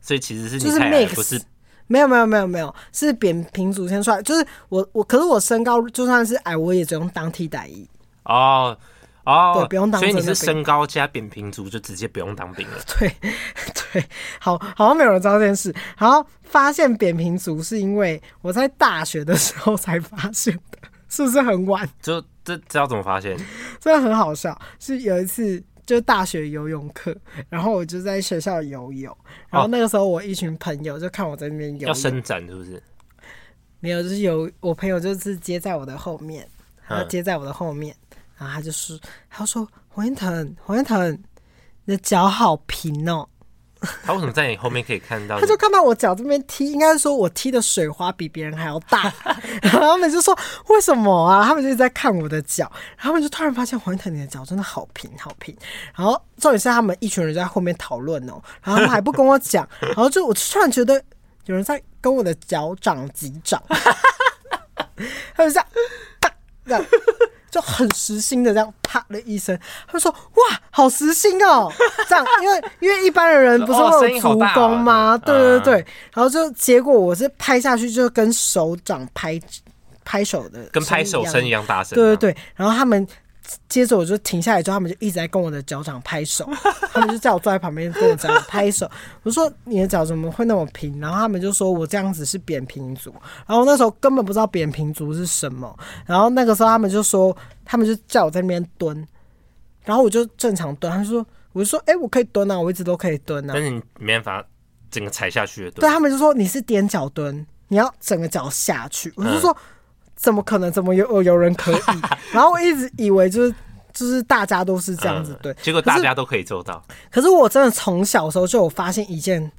B: 所以其实是
A: 就
B: 你
A: 是
B: 太矮，
A: mix
B: 不是
A: 没有没有没有没有，是扁平足先出来，就是我我可是我身高就算是矮，我也只用当替代役。
B: 哦哦，
A: 对不用当
B: 所以你
A: 真的
B: 是
A: 兵
B: 身高加扁平足，就直接不用当兵了。
A: 对 对，好好像没有人知道这件事。然后发现扁平足是因为我在大学的时候才发现的，是不是很晚？
B: 就这这要怎么发现？
A: 真的很好笑。是有一次就大学游泳课，然后我就在学校游泳，然后那个时候我一群朋友就看我在那边游
B: 哦要
A: 泳，
B: 伸展是不是？
A: 没有，就是有我朋友就是接在我的后面，
B: 嗯
A: 然后接在我的后面，然后他就说，他说黄彦腾，黄彦腾，你的脚好平哦。
B: 他为什么在你后面可以看到你？
A: 他就看到我脚这边踢，应该是说我踢的水花比别人还要大，然后他们就说为什么啊？他们就一直在看我的脚，然后他们就突然发现黄一腾你的脚真的好平好平，然后重点是他们一群人在后面讨论哦，然后他们还不跟我讲，然后就我突然觉得有人在跟我的脚掌击掌，他就这样，啪这样。就很实心的这样啪的一声，他就说哇，好实心哦，这样，因为因为一般的人不是
B: 哦
A: 会
B: 声
A: 有
B: 音好
A: 足
B: 大哦
A: 弓吗？
B: 对
A: 对对
B: 嗯
A: 对，然后就结果我是拍下去就跟手掌拍拍手的，
B: 跟拍手声一
A: 样。
B: 样大声。啊
A: 对对对，然后他们接着我就停下来之后，他们就一直在跟我的脚掌拍手，他们就叫我坐在旁边跟我脚掌拍手。我说你的脚怎么会那么平？然后他们就说我这样子是扁平足，然后我那时候根本不知道扁平足是什么。然后那个时候他们就说，他们就叫我在那边蹲，然后我就正常蹲，他们说。我就说，哎、我可以蹲啊，我一直都可以蹲啊
B: 但。是你没办法整个踩下去的，嗯
A: 对，他们就说你是踮脚蹲，你要整个脚下去。我就说、怎么可能？怎么有有人可以？然后我一直以为就是就是大家都是这样子
B: 嗯
A: 对，
B: 结果大家都可以做到，
A: 可是我真的从小的时候就有发现一件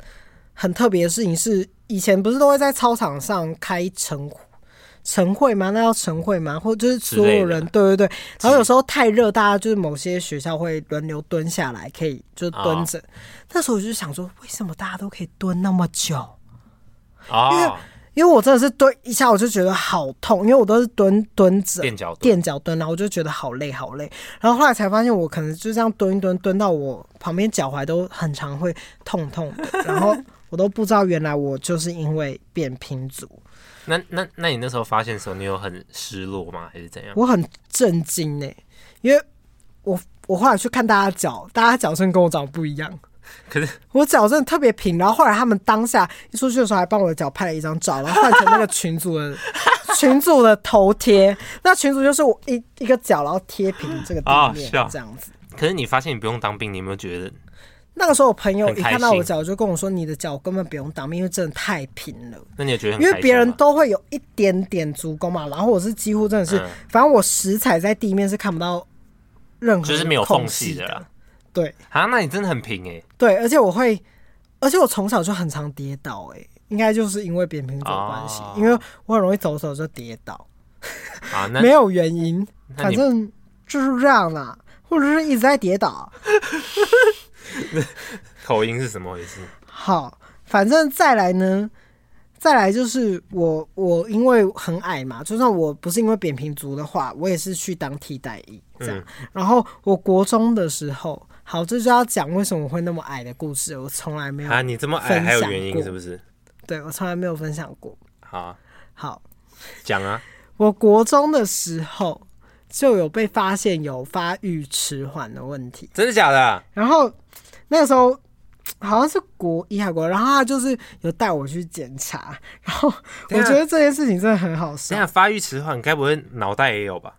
A: 很特别的事情是，以前不是都会在操场上开晨晨会吗？那叫晨会吗？或就是所有人对对对，然后有时候太热，大家就是某些学校会轮流蹲下来，可以就是蹲着。那时候我就想说，为什么大家都可以蹲那么久？
B: 哦，
A: 因为我真的是蹲一下，我就觉得好痛，因为我都是蹲蹲着
B: 垫脚蹲
A: 垫脚蹲，然后我就觉得好累好累。然后后来才发现，我可能就这样蹲一蹲，蹲到我旁边脚踝都很常会痛痛的，然后我都不知道原来我就是因为扁平足，
B: 那那那你那时候发现的时候，你有很失落吗？还是怎样？
A: 我很震惊呢、因为我我后来去看大家脚，大家脚真的跟我长得不一样。
B: 可是
A: 我脚真的特别平，然后后来他们当下一出去的时候，还帮我的脚拍了一张照，然后换成那个群主 的群主的头贴。那群主就是我一一个脚，然后贴平这个地面、
B: 哦是啊
A: 这样子。
B: 可是你发现你不用当兵，你有没有觉得
A: 那个时候我朋友
B: 很
A: 一
B: 开心
A: 看到我脚就跟我说：“你的脚根本不用挡面，因为真的太平了。”
B: 那你有觉得很
A: 因
B: 开
A: 为
B: 心
A: 别人
B: 吗
A: 都会有一点点足弓嘛，然后我是几乎真的是，
B: 嗯
A: 反正我实踩在地面是看不到任何
B: 就是没有
A: 空
B: 缝隙的
A: 的
B: 啦。
A: 对，
B: 啊，那你真的很平哎、
A: 对，而且我会，而且我从小就很常跌倒、欸，应该就是因为扁平足的关系，
B: 哦
A: 因为我很容易走走就跌倒，
B: 啊，那
A: 没有原因，
B: 那
A: 反
B: 你
A: 正就是这样啦，或者是一直在跌倒。
B: 口音是什么回事？
A: 好，反正再来呢，再来就是我我因为很矮嘛，就算我不是因为扁平足的话，我也是去当替代役这样。
B: 嗯
A: 然后我国中的时候，好，这就要讲为什么我会那么矮的故事，我从来没有，
B: 啊，你这么矮还有原
A: 分享过
B: 因是不是？
A: 对我从来没有分享过。
B: 好啊，
A: 好，
B: 讲啊，
A: 我国中的时候就有被发现有发育迟缓的问题，
B: 真的假的啊？
A: 然后那个时候好像是国一还是国二，然后他就是有带我去检查，然后我
B: 等一下
A: 觉得这件事情真的很好
B: 这
A: 笑，
B: 样发育迟缓，该不会脑袋也有吧？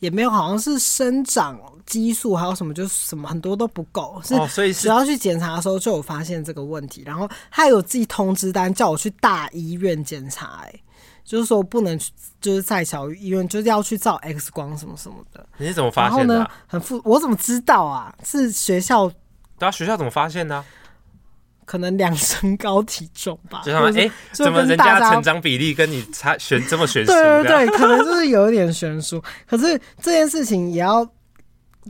A: 也没有好像是生长激素还有什么，就是什么很多都不够，是
B: 哦，所以
A: 只
B: 是
A: 要去检查的时候就有发现这个问题，然后他有自己通知单叫我去大医院检查、欸，就是说不能去就是在小医院，就是要去照 X 光什么什么的。
B: 你是怎么发
A: 然后
B: 现的
A: 呢
B: 啊、，
A: 很复，我怎么知道啊？是学校
B: 对啊，学校怎么发现的啊、
A: 可能量身高体重吧，
B: 就他们
A: 或者
B: 哎、
A: 是
B: 诶
A: 就
B: 怎么
A: 跟
B: 人
A: 大
B: 家
A: 家
B: 成长比例跟你差悬这么悬殊？
A: 对对
B: 这样，
A: 对，可能就是有一点悬殊。可是这件事情也要，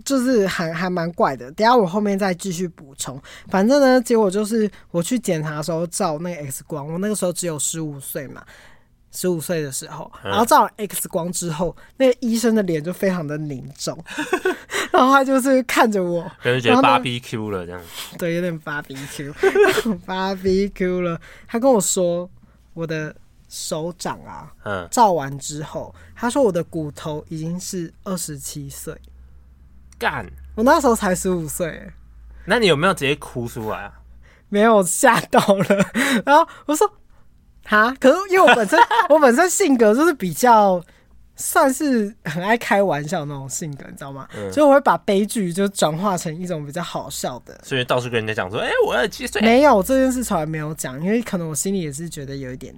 A: 就是还还蛮怪的。等一下我后面再继续补充。反正呢，结果就是我去检查的时候照那个 X 光，我那个时候只有十五岁嘛，十五岁的时候，
B: 嗯
A: 然后照完 X 光之后，那个医生的脸就非常的凝重， 然后他就是看着我，
B: 可能觉得
A: 然后
B: 芭
A: 呢
B: 比 Q 了这样。
A: 对，有点 BBQ BBQ 了。他跟我说我的手掌啊。
B: 嗯，
A: 照完之后，他说我的骨头已经是二十七岁，
B: 干，
A: 我那时候才十五岁，
B: 那你有没有直接哭出来啊？
A: 没有吓到了。然后我说，哈，可是因为我本身我本身性格就是比较。算是很爱开玩笑那种性格，你知道吗？所以我会把悲剧就转化成一种比较好笑的。
B: 所以到处跟人家讲说，哎、我二十七岁，
A: 没有这件事从来没有讲，因为可能我心里也是觉得有一点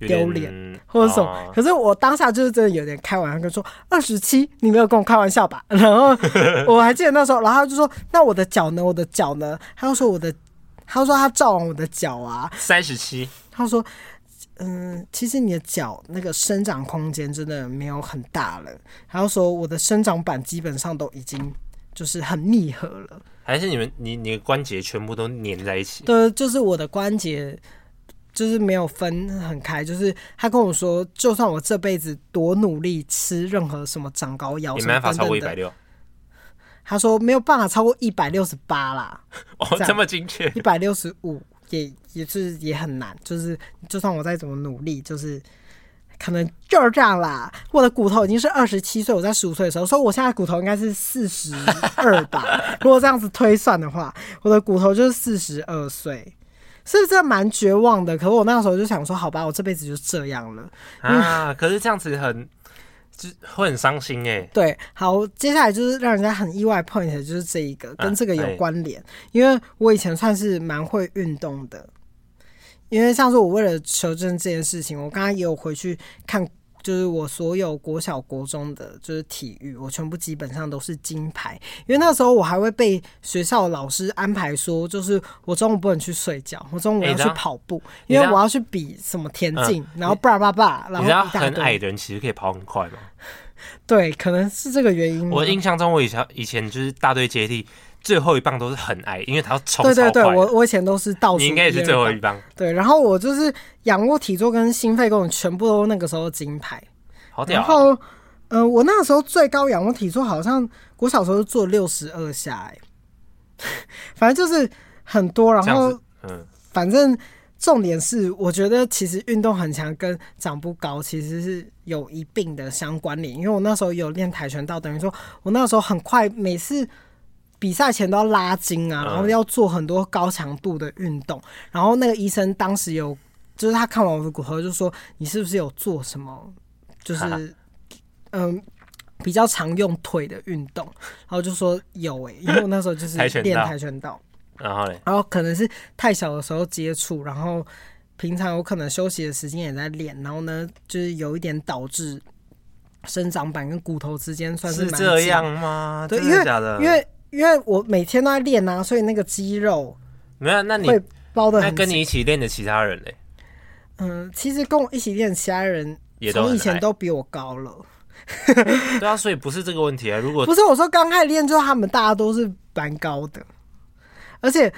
B: 有点
A: 丢脸或者什么。
B: 哦
A: 可是我当下就是真的有点开玩笑，跟说二十七，你没有跟我开玩笑吧？ 然后我还记得那时候，然后他就说那我的脚呢？我的脚呢？他就说我的，他就说他照完我的脚啊，
B: 三十七，
A: 他说。嗯，其实你的脚那个生长空间真的没有很大了。然后说我的生长板基本上都已经就是很密合了，
B: 还是你们你你的关节全部都粘在一起？
A: 对，就是我的关节就是没有分很开，就是他跟我说，就算我这辈子多努力吃任何什么长高药
B: 也
A: 什
B: 没
A: 么
B: 办
A: 等
B: 法超过
A: 等
B: 一百
A: 的，
B: 六，
A: 他说没有办法超过一百六十八啦，
B: 哦，
A: 样
B: 这么精确
A: 一百六十五也也就是也很难，就是就算我再怎么努力，就是可能就是这样啦。我的骨头已经是二十七岁，我在十五岁的时候，所以我现在骨头应该是四十二吧。 如果这样子推算的话，我的骨头就是四十二岁，是真的蛮绝望的。可是我那时候就想说，好吧，我这辈子就这样了。
B: 啊，可是这样子很，就会很伤心哎、
A: 对，好，接下来就是让人家很意外 point 的就是这一个跟这个有
B: 哎
A: 关联，因为我以前算是蛮会运动的，因为像是我为了求证这件事情，我刚刚也有回去看，就是我所有国小国中的就是体育，我全部基本上都是金牌，因为那时候我还会被学校老师安排说，就是我中午不能去睡觉，我中午
B: 哎
A: 要
B: 你知
A: 去
B: 道
A: 跑步，
B: 你
A: 因为
B: 知道
A: 我要去比什么田
B: 嗯
A: 径，然后叭叭叭，然后
B: 你知道
A: 一大
B: 很矮
A: 堆，
B: 的人其实可以跑很快吗？
A: 对，可能是这个原因吗。
B: 我印象中，我以前以前就是大队接力最后一棒都是很矮，因为他要冲
A: 对对
B: 超
A: 对，
B: 快。
A: 我我以前都是倒数，
B: 你应该也是最后一。棒，
A: 对，然后我就是仰卧体坐跟心肺功能全部都那个时候金牌。
B: 好屌
A: 然
B: 哦、
A: 后，呃，我那时候最高仰卧体坐好像我小时候做六十二下、欸， 反正就是很多。然
B: 这样
A: 后
B: 子，嗯，
A: 反正重点是，我觉得其实运动很强跟长不高其实是有一定的相关联。因为我那时候有练跆拳道，等于说我那时候很快每次。比赛前都要拉筋啊，
B: 嗯
A: 然后要做很多高强度的运动。然后那个医生当时有，就是他看完我的骨头就说：“你是不是有做什么？就是嗯，比较常用腿的运动？”然后就说有诶、因为我那时候就是
B: 跆拳道
A: 练跆拳道。
B: 然后嘞，
A: 然后可能是太小的时候接触，然后平常有可能休息的时间也在练，然后呢，就是有一点导致生长板跟骨头之间算
B: 是
A: 蛮
B: 这
A: 紧
B: 样，吗？
A: 对
B: 真的假的？
A: 因为因为我每天都在练啊，所以那个肌肉
B: 没有，那你
A: 会包的
B: 那
A: 很
B: 跟
A: 紧。
B: 你一起练的其他人嘞，
A: 嗯，其实跟我一起练的其他人
B: 也都
A: 从
B: 很
A: 以前
B: 矮
A: 都比我高了，
B: 对啊，所以不是这个问题啊。如果
A: 不是我说刚开始练之后，他们大家都是蛮高的，而且。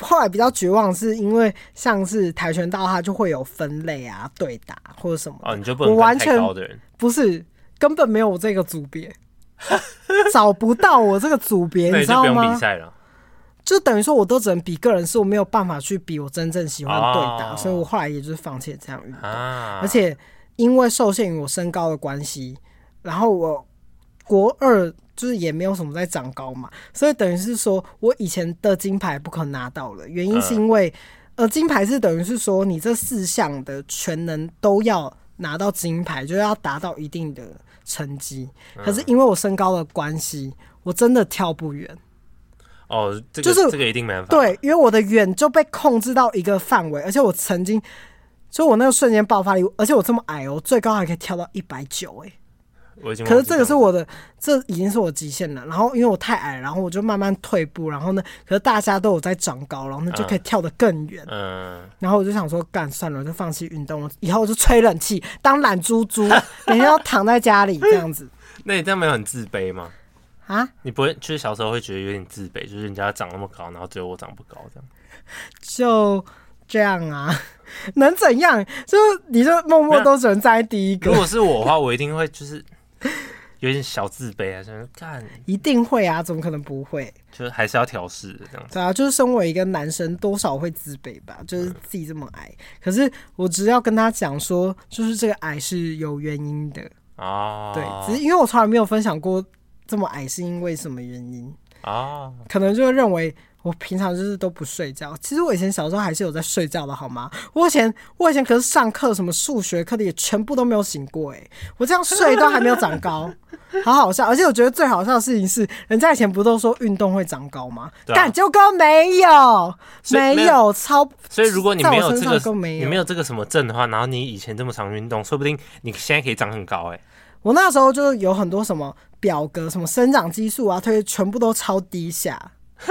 A: 后来比较绝望，是因为像是跆拳道，它就会有分类啊、对打或者什么的
B: 哦，你就不能
A: 我完
B: 跟
A: 全
B: 太高的人。
A: 不是，根本没有我这个组别，找不到我这个组 别，
B: 那
A: 你
B: 你
A: 知
B: 就不
A: 道
B: 用比
A: 吗？
B: 赛了。
A: 就等于说，我都只能比个人，是我没有办法去比我真正喜欢的对打，
B: 哦
A: 所以我后来也就是放弃了这样运动。
B: 啊，
A: 而且因为受限于我身高的关系，然后我国二就是也没有什么在长高嘛，所以等于是说我以前的金牌不可能拿到了，原因是因为、呃金牌是等于是说你这四项的全能都要拿到金牌，就是要达到一定的成绩，可是因为我身高的关系，我真的跳不远。
B: 哦，这
A: 就
B: 个、
A: 是
B: 这个一定没办法。
A: 对，因为我的远就被控制到一个范围，而且我曾经，就我那个瞬间爆发力，而且我这么矮哦，最高还可以跳到一百九哎，
B: 嗯我已经忘记
A: 可是这个是
B: 了
A: 我的，这已经是我极限了。然后因为我太矮，然后我就慢慢退步，然后呢，可是大家都有在长高，然后呢就可以跳得更远。
B: 嗯，
A: 然后我就想说，干算了，我就放弃运动了，以后我就吹冷气，当懒猪猪，每天要躺在家里这样子
B: 那你这样没有很自卑吗？
A: 啊。
B: 你不会就是小时候会觉得有点自卑，就是人家长那么高，然后只有我长不高 这样。
A: 就这样啊， 能怎样？就是你就默默都只能在第一
B: 如
A: 个，
B: 果是我的话，我一定会就是有点小自卑啊，就是干，
A: 一定会啊，怎么可能不会？
B: 就是还是要调试的这样子。
A: 对啊，就是身为一个男生，多少会自卑吧，就是自己这么矮。可是我只要跟他讲说，就是这个矮是有原因的，
B: 哦，
A: 对，只是因为我从来没有分享过这么矮是因为什么原因，
B: 哦，
A: 可能就会认为。我平常就是都不睡觉，其实我以前小时候还是有在睡觉的，好吗？我以前我以前可是上课什么数学课的也全部都没有醒过、欸，我这样睡都还没有长高， 好好笑。而且我觉得最好笑的事情是，人家以前不都说运动会长高吗？
B: 对啊
A: 但结果没有，
B: 所以
A: 没
B: 没
A: 有超，
B: 所以如果你
A: 在我
B: 没有
A: 身
B: 这
A: 上
B: 个
A: 都没有
B: 你没有这个什么症的话，然后你以前这么常运动，说不定你现在可以长很高哎、
A: 我那时候就是有很多什么表格、什么生长激素啊，推全部都超低下。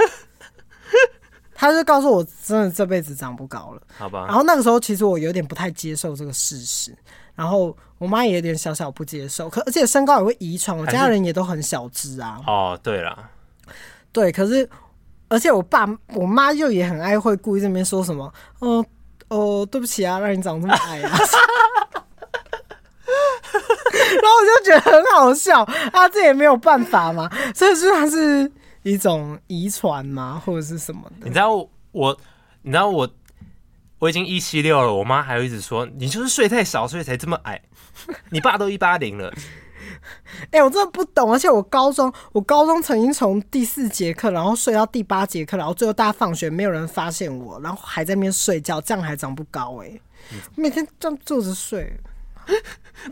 A: 他就告诉我，真的这辈子长不高了。
B: 好吧？
A: 然后那个时候，其实我有点不太接受这个事实，然后我妈也有点小小不接受。可而且身高也会遗传，我
B: 还是
A: 家人也都很小只啊。
B: 哦，对了，
A: 对，可是而且我爸我妈又也很爱会故意这边说什么，哦哦，对不起啊，让你长这么矮 啊。 然后我就觉得很好笑啊，这也没有办法嘛，所以说它是一种遗传嘛，或者是什么的
B: 你知道我，你知道我，我已经一七六了，我妈还会一直说你就是睡太少，所以才这么矮。你爸都一八零了，
A: 哎、我真的不懂，而且我高中，我高中曾经从第四节课，然后睡到第八节课，然后最后大家放学没有人发现我，然后还在那边睡觉，这样还长不高哎、
B: 嗯
A: 每天这样坐着睡，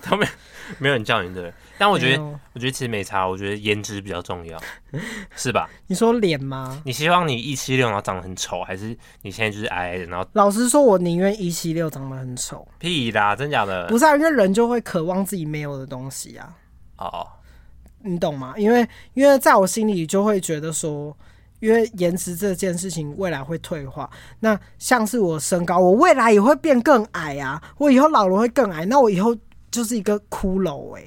B: 都没有没有人叫你的。但我觉得
A: 没有，
B: 我觉得其实没差，我觉得颜值比较重要， 是吧？
A: 你说脸吗？
B: 你希望你一七六然后长得很丑，还是你现在就是矮矮的，然后
A: 老实说，我宁愿一七六长得很丑，
B: 屁啦，真假的？
A: 不是啊，因为人就会渴望自己没有的东西啊。
B: 哦，
A: 你懂吗？因为因为在我心里就会觉得说，因为颜值这件事情未来会退化。那像是我身高，我未来也会变更矮啊，我以后老了会更矮，那我以后就是一个骷髅哎、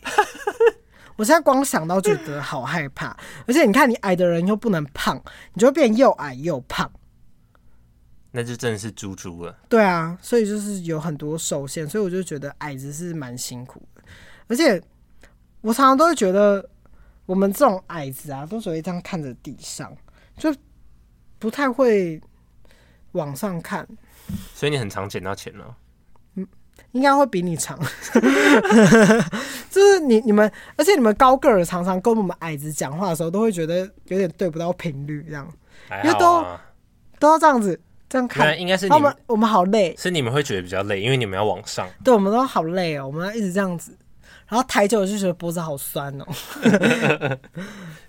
A: 我现在光想到觉得好害怕，而且你看你矮的人又不能胖，你就会变又矮又胖。
B: 那就真的是猪猪了。
A: 对啊，所以就是有很多受限，所以我就觉得矮子是蛮辛苦的。而且我常常都会觉得，我们这种矮子啊，都只会这样看着地上，就不太会往上看。
B: 所以你很常捡到钱了。
A: 应该会比你长， 就是你你们，而且你们高个儿常常跟我们矮子讲话的时候，都会觉得有点对不到频率，这样
B: 还
A: 因为
B: 好啊，
A: 都要这样子这样
B: 那
A: 看。
B: 应该是
A: 我
B: 你
A: 们
B: 们
A: 我们好累，
B: 是你们会觉得比较累，因为你们要往上。
A: 对，我们都好累哦，我们要一直这样子，然后抬久了就觉得脖子好酸哦。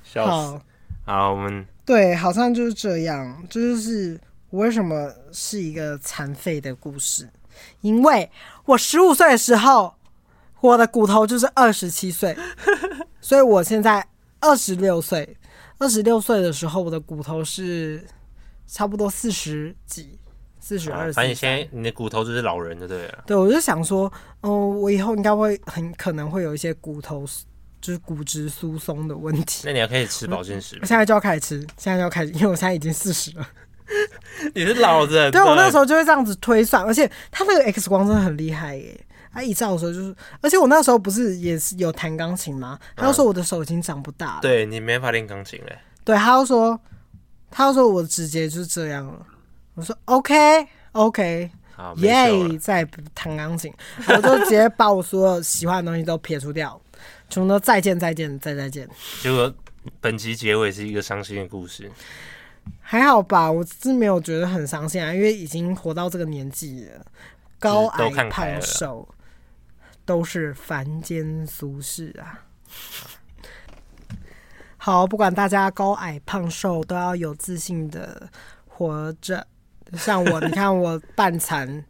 B: 笑死！
A: 好，
B: 好，我们
A: 对，好像就是这样，这就是我为什么是一个残废的故事，因为我十五岁的时候，我的骨头就是二十七 岁，所以我现在二十六岁，二十六岁的时候，我的骨头是差不多四十几，四十
B: 啊
A: 二，
B: 反正你现在你的骨头就是老人就对了。
A: 对，我就想说，哦、我以后应该会很可能会有一些骨头，就是骨质疏松的问题。
B: 那你还可以吃保健食
A: 我现在就要开始吃，现在就要开始，因为我现在已经四十了。
B: 你是老人，
A: 对我那时
B: 候
A: 候就会这样子推算，而且他那个 X 光真的很厉害耶。他一照的时候就是，而且我那时候不是也是有弹钢琴吗？他就说我的手已经长不大了。
B: 对你没法练钢琴嘞。
A: 对，他就说，他就说我直接就是这样了。我说 OK OK，
B: 好，没
A: 耶、
B: 救了。
A: 再也不弹钢琴，我就直接把我所有喜欢的东西都撇除掉， 全部都再见再见再再见。
B: 结果本集结尾是一个伤心的故事。
A: 还好吧，我是没有觉得很伤心啊，因为已经活到这个年纪了，高
B: 就
A: 矮
B: 是都看开了
A: 胖瘦都是凡间俗事啊。好，不管大家高矮胖瘦，都要有自信的活着。像我，你看我半残，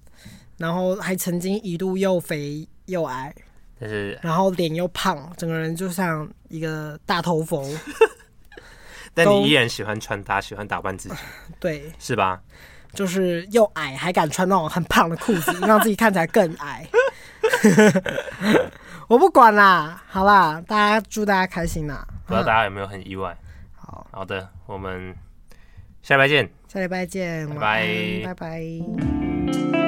A: 然后还曾经一度又肥又矮，
B: 但是，
A: 然后脸又胖，整个人就像一个大头佛。
B: 但
A: 都
B: 你依然喜欢穿搭，喜欢打扮自己，
A: 对，
B: 是吧？
A: 嗯就是又矮还敢穿那种很胖的裤子，让自己看起来更矮。 我不管啦，好啦，大家祝大家开心啦，
B: 不知道大家有没有很意外？
A: 好，
B: 好的，我们下礼拜见。
A: 下礼拜见，
B: 拜
A: 晚安拜拜。
B: 拜拜拜。